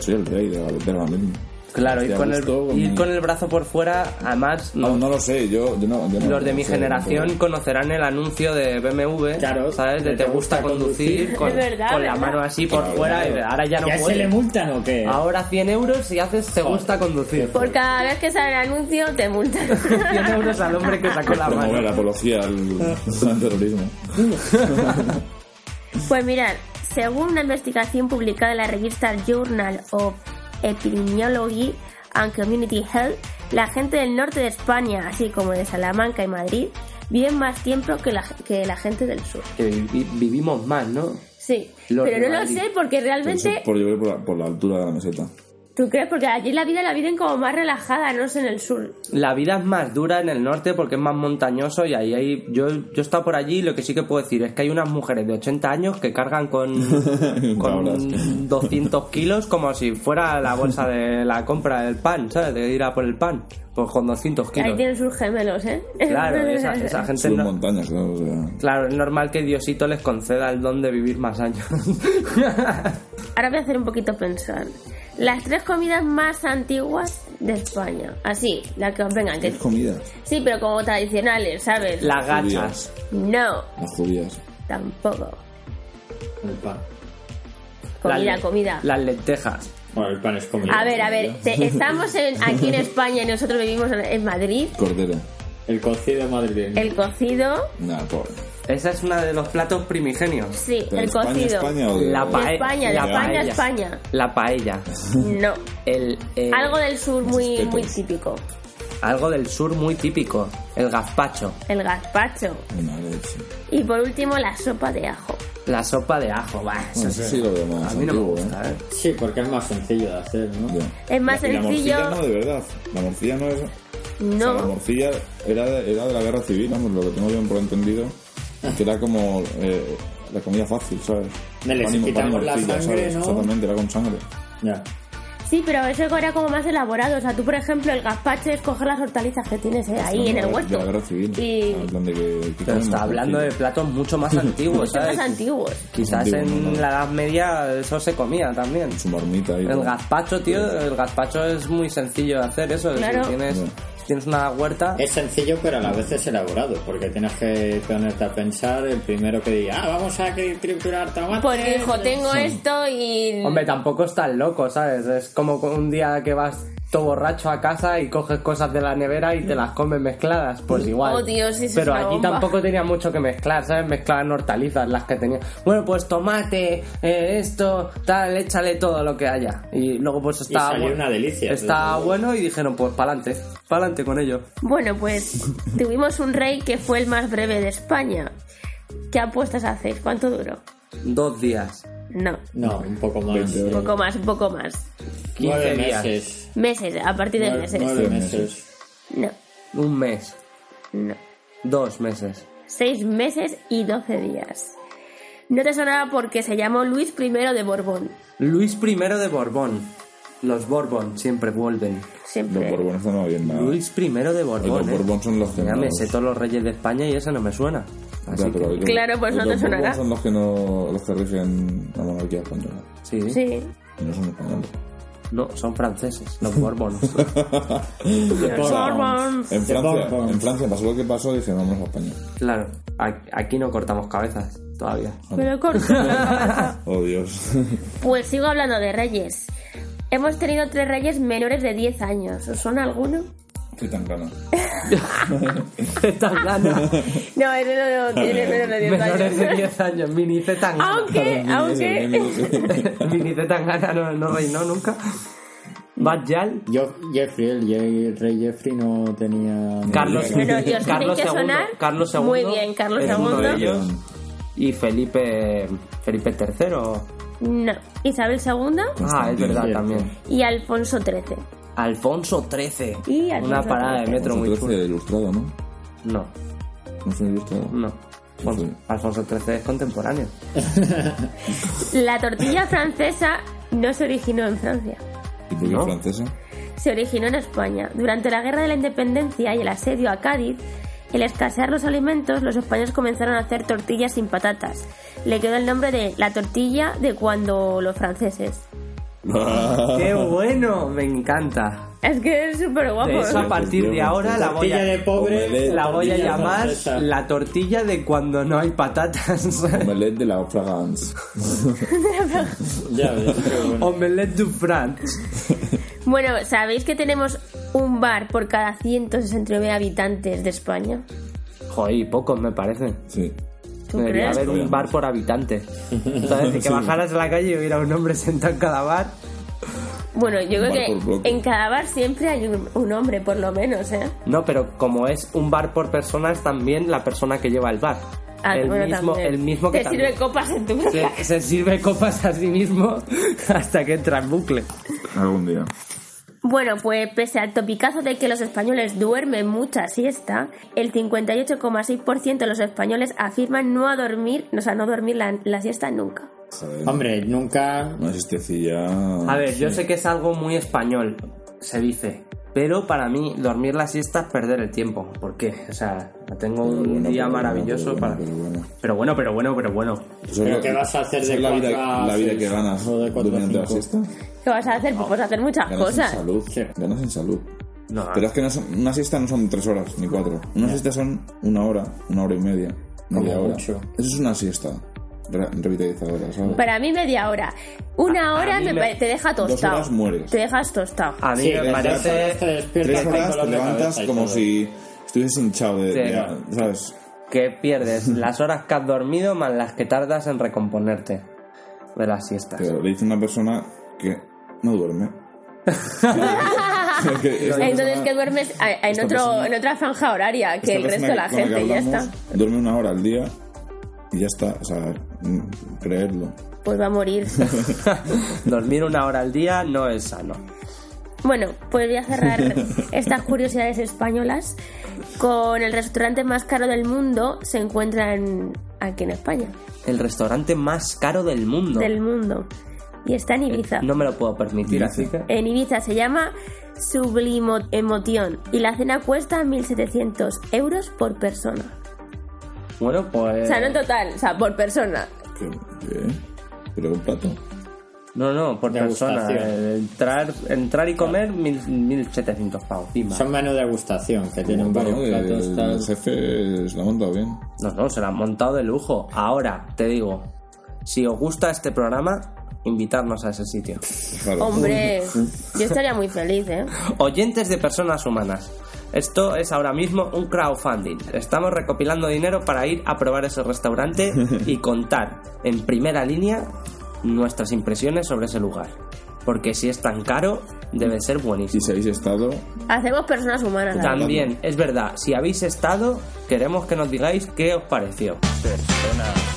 E: Soy el rey de la, de la mili.
B: Claro,
E: Hostia,
B: ir con, el,
E: gusto,
B: ir
E: como-
B: con el brazo por fuera, además,
E: No,
B: no-
E: no lo sé, yo, yo no. yo no-
B: los de
E: no
B: mi
E: sé,
B: generación
E: no sé.
B: conocerán el anuncio de BMW,
C: Claro,
B: ¿sabes? De
C: de
B: te
C: te
B: gusta
C: gusta
B: conducir
C: conducir.
B: con,
D: Es verdad,
B: con la
D: ¿verdad?
B: mano así por fuera y ahora ya no
C: ¿Ya se le
B: puede. Ah.
C: multan o qué?
B: Ahora 100 euros si haces te gusta conducir.
D: Por cada vez que sale el anuncio te multan.
B: 100 euros al hombre que sacó la
E: Promover
B: mano.
E: la apología al, al terrorismo.
D: Pues mirad, según una investigación publicada en la revista Journal of Epidemiology and Community Health, la gente del norte de España, así como de Salamanca y Madrid, viven más tiempo que la, que la gente del sur.
B: Que vi- vivimos más, ¿no?
D: Sí,
B: Los de
D: pero no lo
B: Madrid.
D: sé porque
E: Eso
D: realmente,
E: por llover por la, por la altura de la meseta.
D: ¿tú crees? Porque allí la vida la viven como más relajada, no sé, en el sur.
B: La vida es más dura en el norte porque es más montañoso y ahí hay... Yo, yo he estado por allí y lo que sí que puedo decir es que hay unas mujeres de 80 años que cargan con, con
E: Cabras.
B: 200 kilos como si fuera la bolsa de la compra del pan, ¿sabes? De ir a por el pan, pues con 200
D: Ahí
B: kilos.
D: tienen sus gemelos, ¿eh?
B: Claro, esa, esa gente...
E: Son
B: no-
E: montañas, claro. O sea,
B: Claro, es normal que Diosito les conceda el don de vivir más años.
D: Ahora voy a hacer un poquito pensar. Las tres comidas más antiguas de España. Así, la que os vengan. Que...
E: es comida.
D: Sí, pero como tradicionales, ¿sabes?
B: Las gachas.
D: No,
E: Las judías.
D: tampoco.
C: El pan.
D: Comida,
B: Las-
D: comida.
B: Las lentejas.
C: Bueno, el pan es comida.
D: A ver, a ver. te- estamos en- aquí en España y nosotros vivimos en- en Madrid.
E: Cordero.
C: El cocido madrileño.
D: El cocido.
E: Nada, pobre.
B: Esa es una de los platos primigenios.
D: Sí,
E: Pero
D: el
E: España,
D: cocido.
E: España o de-
B: La
D: De
B: paella.
D: España, de
B: la
D: España,
B: paella.
D: España.
B: La paella.
D: No.
B: El, eh,
D: Algo del sur muy,
E: Respeto.
D: muy típico.
B: algo del sur muy típico. El gazpacho.
D: El gazpacho.
E: Una leche.
D: Y por último, la sopa de ajo.
B: La sopa de ajo. Bah, eso
E: Bueno,
B: es-
E: eso sí lo veo más.
B: a mí no me
E: Mm. antiguo,
B: gusta, ¿eh?
C: Sí, porque es más sencillo de hacer, ¿no?
E: Ya.
D: Es más
E: Y la
D: sencillo.
E: morcilla no, de verdad. La morcilla no es. O sea, la
D: No,
E: morcilla era de, era de la guerra civil, vamos, lo que tengo bien por entendido, que era como eh, la comida fácil, ¿sabes?
C: Me les
E: Pan y- pan y
C: quitamos la
E: morcilla,
C: sangre, ¿no?
E: Exactamente, era con sangre.
C: Ya.
D: sí, pero eso era como más elaborado. O sea, tú, por ejemplo, el gazpacho es coger las hortalizas que tienes eh, ahí
E: No,
D: en el
E: de la- De
D: huerto.
E: la guerra civil.
D: Y
E: en plan de que quitan
B: Pero
E: la
B: está hablando de
E: morcilla.
B: platos mucho más antiguos,
D: son más
B: ¿sabes?
D: antiguos.
B: Quizás
E: Antiguo, no,
B: en
E: no.
B: la Edad Media eso se comía también.
E: Su marmita y
B: El gazpacho, tío, el gazpacho es muy sencillo de hacer eso.
D: Claro.
B: Si tienes,
E: Sí.
B: si tienes una huerta,
C: Es sencillo, pero a la vez es elaborado, porque tienes que ponerte a pensar el primero que diga, ah, vamos a tri- triturar tomate.
D: Pues hijo, tengo esto y.
B: hombre, tampoco es tan loco, ¿sabes? Es como con un día que vas todo borracho a casa y coges cosas de la nevera y te las comes mezcladas, pues igual.
D: Oh, Dios, eso es
B: Pero
D: una
B: allí
D: bomba.
B: tampoco tenía mucho que mezclar, ¿sabes? Mezclaban hortalizas las que tenía. Bueno, pues tomate, eh, esto, tal, échale todo lo que haya. Y luego pues
C: Y
B: estaba
C: salió
B: bueno.
C: una delicia.
B: Está bueno y dijeron, pues pa'lante, pa'lante con ello.
D: Bueno, pues tuvimos un rey que fue el más breve de España. ¿Qué apuestas hacéis? ¿Cuánto duró?
B: Dos días,
D: No,
C: No, un poco más.
D: un poco más, un poco más.
B: 15
C: Nueve
B: días.
C: meses.
D: Meses, a partir de
C: Nueve,
D: meses.
C: nueve meses.
D: No,
B: un mes,
D: no.
B: dos meses.
D: Seis meses y doce días. No te sonaba porque se llamó Luis I de Borbón.
B: Luis I de Borbón. Los Borbón siempre vuelven.
D: Siempre.
E: Los borbones no me bien nada.
B: Luis I de Borbón.
E: Los
B: eh.
E: Borbón son los que
B: Mira,
E: no-
B: me sé todos los reyes de España y ese no me suena.
E: Ya,
B: Así
E: pero
B: que-
E: los-
D: Claro, pues no
E: los
D: te
E: Borbón
D: sonará.
E: son los que, no, los que rigen la monarquía española.
B: sí.
D: Sí.
E: Y no son españoles.
B: No, son franceses, los Borbón.
D: Los Borbón.
E: En Francia,
C: Borbón.
E: en Francia pasó lo que pasó y dijeron, vamos a España.
B: claro, a- aquí no cortamos cabezas todavía.
D: Me lo corto.
E: Oh, Dios.
D: Pues sigo hablando de reyes. Hemos tenido tres reyes menores de 10 años. ¿Os suena alguno?
E: Qué tan rana.
B: Zetangana,
D: No, ese no, no tiene menores de 10
B: menores de
D: años.
B: 10 años, mini Zetangana.
D: Aunque, aunque.
B: mini Zetangana no, no reinó nunca. Batllal,
C: Yo, Jeffrey, el Je- el rey Jeffrey no tenía...
B: Carlos,
D: Bueno, y os
B: Carlos
D: tiene que
B: II,
D: sonar
B: Carlos II,
D: muy bien, Carlos
B: era uno de
D: II.
B: ellos, y Felipe Felipe III. o-
D: No. Isabel II
B: Ah, es verdad también.
D: y Alfonso XIII.
B: Alfonso XIII.
D: Y Alfonso
B: Una parada de
D: XIII.
B: metro muy
E: Alfonso
B: chula.
E: XIII ilustrado, ¿no?
B: No,
E: No fue ilustrado.
B: no. Alfonso-
E: Sí.
B: Alfonso XIII es contemporáneo.
D: La tortilla francesa no se originó en Francia.
E: ¿Y por qué
B: No.
E: es francesa?
D: se originó en España. Durante la Guerra de la Independencia y el asedio a Cádiz, el escasear los alimentos, los españoles comenzaron a hacer tortillas sin patatas. Le quedó el nombre de la tortilla de cuando los franceses.
E: Ah.
B: ¡Qué bueno! Me encanta.
D: Es que es ¿eh? súper
B: De
D: guapo.
B: eso a partir de ahora la voy
F: Tortilla de
B: a,
F: pobre.
B: la voy a
F: tortilla
B: llamar
F: francesa.
B: la tortilla de cuando no hay patatas.
E: Omelette de la Fragance.
F: Ya ves, qué bueno.
B: Omelette du France.
D: Bueno, ¿sabéis que tenemos un bar por cada 169 habitantes de España?
B: Joder, y pocos me parece.
E: Sí.
D: ¿Tú
B: Debería
D: crees?
B: haber un bar por habitante. Entonces, que bajaras a la calle y hubiera un hombre sentado en cada bar.
D: Bueno, yo creo
E: Un bar por
D: que
E: bloque.
D: en cada bar siempre hay un, un hombre, por lo menos, ¿eh?
B: No, pero como es un bar por persona, es también la persona que lleva el bar.
D: Ah,
B: el,
D: bueno,
B: mismo,
D: también.
B: el mismo que
D: Te
B: también-
D: sirve copas en tu mesa.
B: se, se sirve copas a sí mismo hasta que entra en bucle.
E: Algún día.
D: Bueno, pues pese al topicazo de que los españoles duermen mucha siesta, el 58,6% de los españoles afirman no a dormir, o sea, no dormir la, la siesta nunca.
C: Hombre, nunca.
E: Una siestecilla.
B: A ver, yo sé que es algo muy español, se dice. Pero para mí, dormir la siesta es perder el tiempo. ¿Por qué? O sea, tengo un
E: Bueno,
B: día
E: pero bueno,
B: maravilloso
E: pero
B: para.
E: bueno, pero bueno.
B: Pero bueno, pero bueno, pero bueno.
E: Eso es
C: ¿Pero
E: lo-
C: qué vas a hacer
E: eso
C: de
E: es la vida,
C: cuatro a
E: la vida que
C: seis?
E: ganas
C: O de cuatro a
E: durante la
C: cinco.
E: siesta?
D: ¿Qué vas a hacer? Pues vas a hacer muchas
E: Ganas en
D: cosas.
E: salud.
C: Sí. Ah.
E: Ganas en salud.
B: No,
E: Pero es que no son- una siesta no son tres horas ni cuatro. Una siesta son una hora, una hora y media, media
C: Como
E: hora.
C: mucho.
E: Eso es una siesta re- revitalizadora, ¿sabes?
D: Para mí media hora. Una
B: A- a
D: hora
B: mí
D: me
B: me-
D: pare- te deja
E: Dos
D: tostado.
E: horas mueres.
D: Te dejas tostado.
B: a mí
C: Sí,
B: me
C: te-
B: parece
C: te despiertas
E: Tres
C: con
E: horas
C: dolor
E: te
C: de
E: levantas
C: cabeza y
E: como
C: todo.
E: si estuvieses hinchado de,
B: Sí.
E: de- ¿sabes?
B: que pierdes las horas que has dormido más las que tardas en recomponerte de las siestas.
E: Pero le dice una persona que no duerme. Es que esta
D: Entonces
E: persona-
D: que duermes a- a- en,
E: esta
D: otro,
E: persona-
D: en otra franja horaria que
E: esta
D: el
E: persona
D: resto de la
E: con que
D: gente y ya está.
E: hablamos Duerme una hora al día y ya está. O sea, mm, creerlo.
D: Pues va a morir.
B: Dormir una hora al día no es sano.
D: Bueno, pues voy a cerrar estas curiosidades españolas con el restaurante más caro del mundo se encuentra en- aquí en España,
B: El restaurante más caro del mundo. Eh,
D: del mundo, y está en Ibiza.
B: No me lo puedo permitir, así que...
D: En Ibiza se llama Sublimo Emotion y la cena cuesta 1.700 euros por persona.
B: Bueno,
D: O
B: pues...
D: sea, no en total, o sea, por persona.
E: Que- que- Pero un plato.
B: No, no, por persona.
C: Degustación.
B: eh, Entrar, entrar y comer, mil- 1700 pavos. y más.
C: Son menú degustación, que tienen varios
E: Bueno, el,
C: platos.
E: el
C: tal.
E: jefe se la ha montado bien.
B: No, no, se la han montado de lujo. Ahora, te digo, si os gusta este programa, invitarnos a ese sitio.
E: Claro.
D: Hombre, yo estaría muy feliz, ¿eh?
B: Oyentes de personas humanas. Esto es ahora mismo un crowdfunding. Estamos recopilando dinero para ir a probar ese restaurante y contar en primera línea nuestras impresiones sobre ese lugar. Porque si es tan caro, debe ser
E: Y
B: buenísimo.
E: si habéis estado,
D: Hacemos personas humanas. ¿sabes?
B: También, es verdad, si habéis estado, queremos que nos digáis qué os pareció.
G: Personas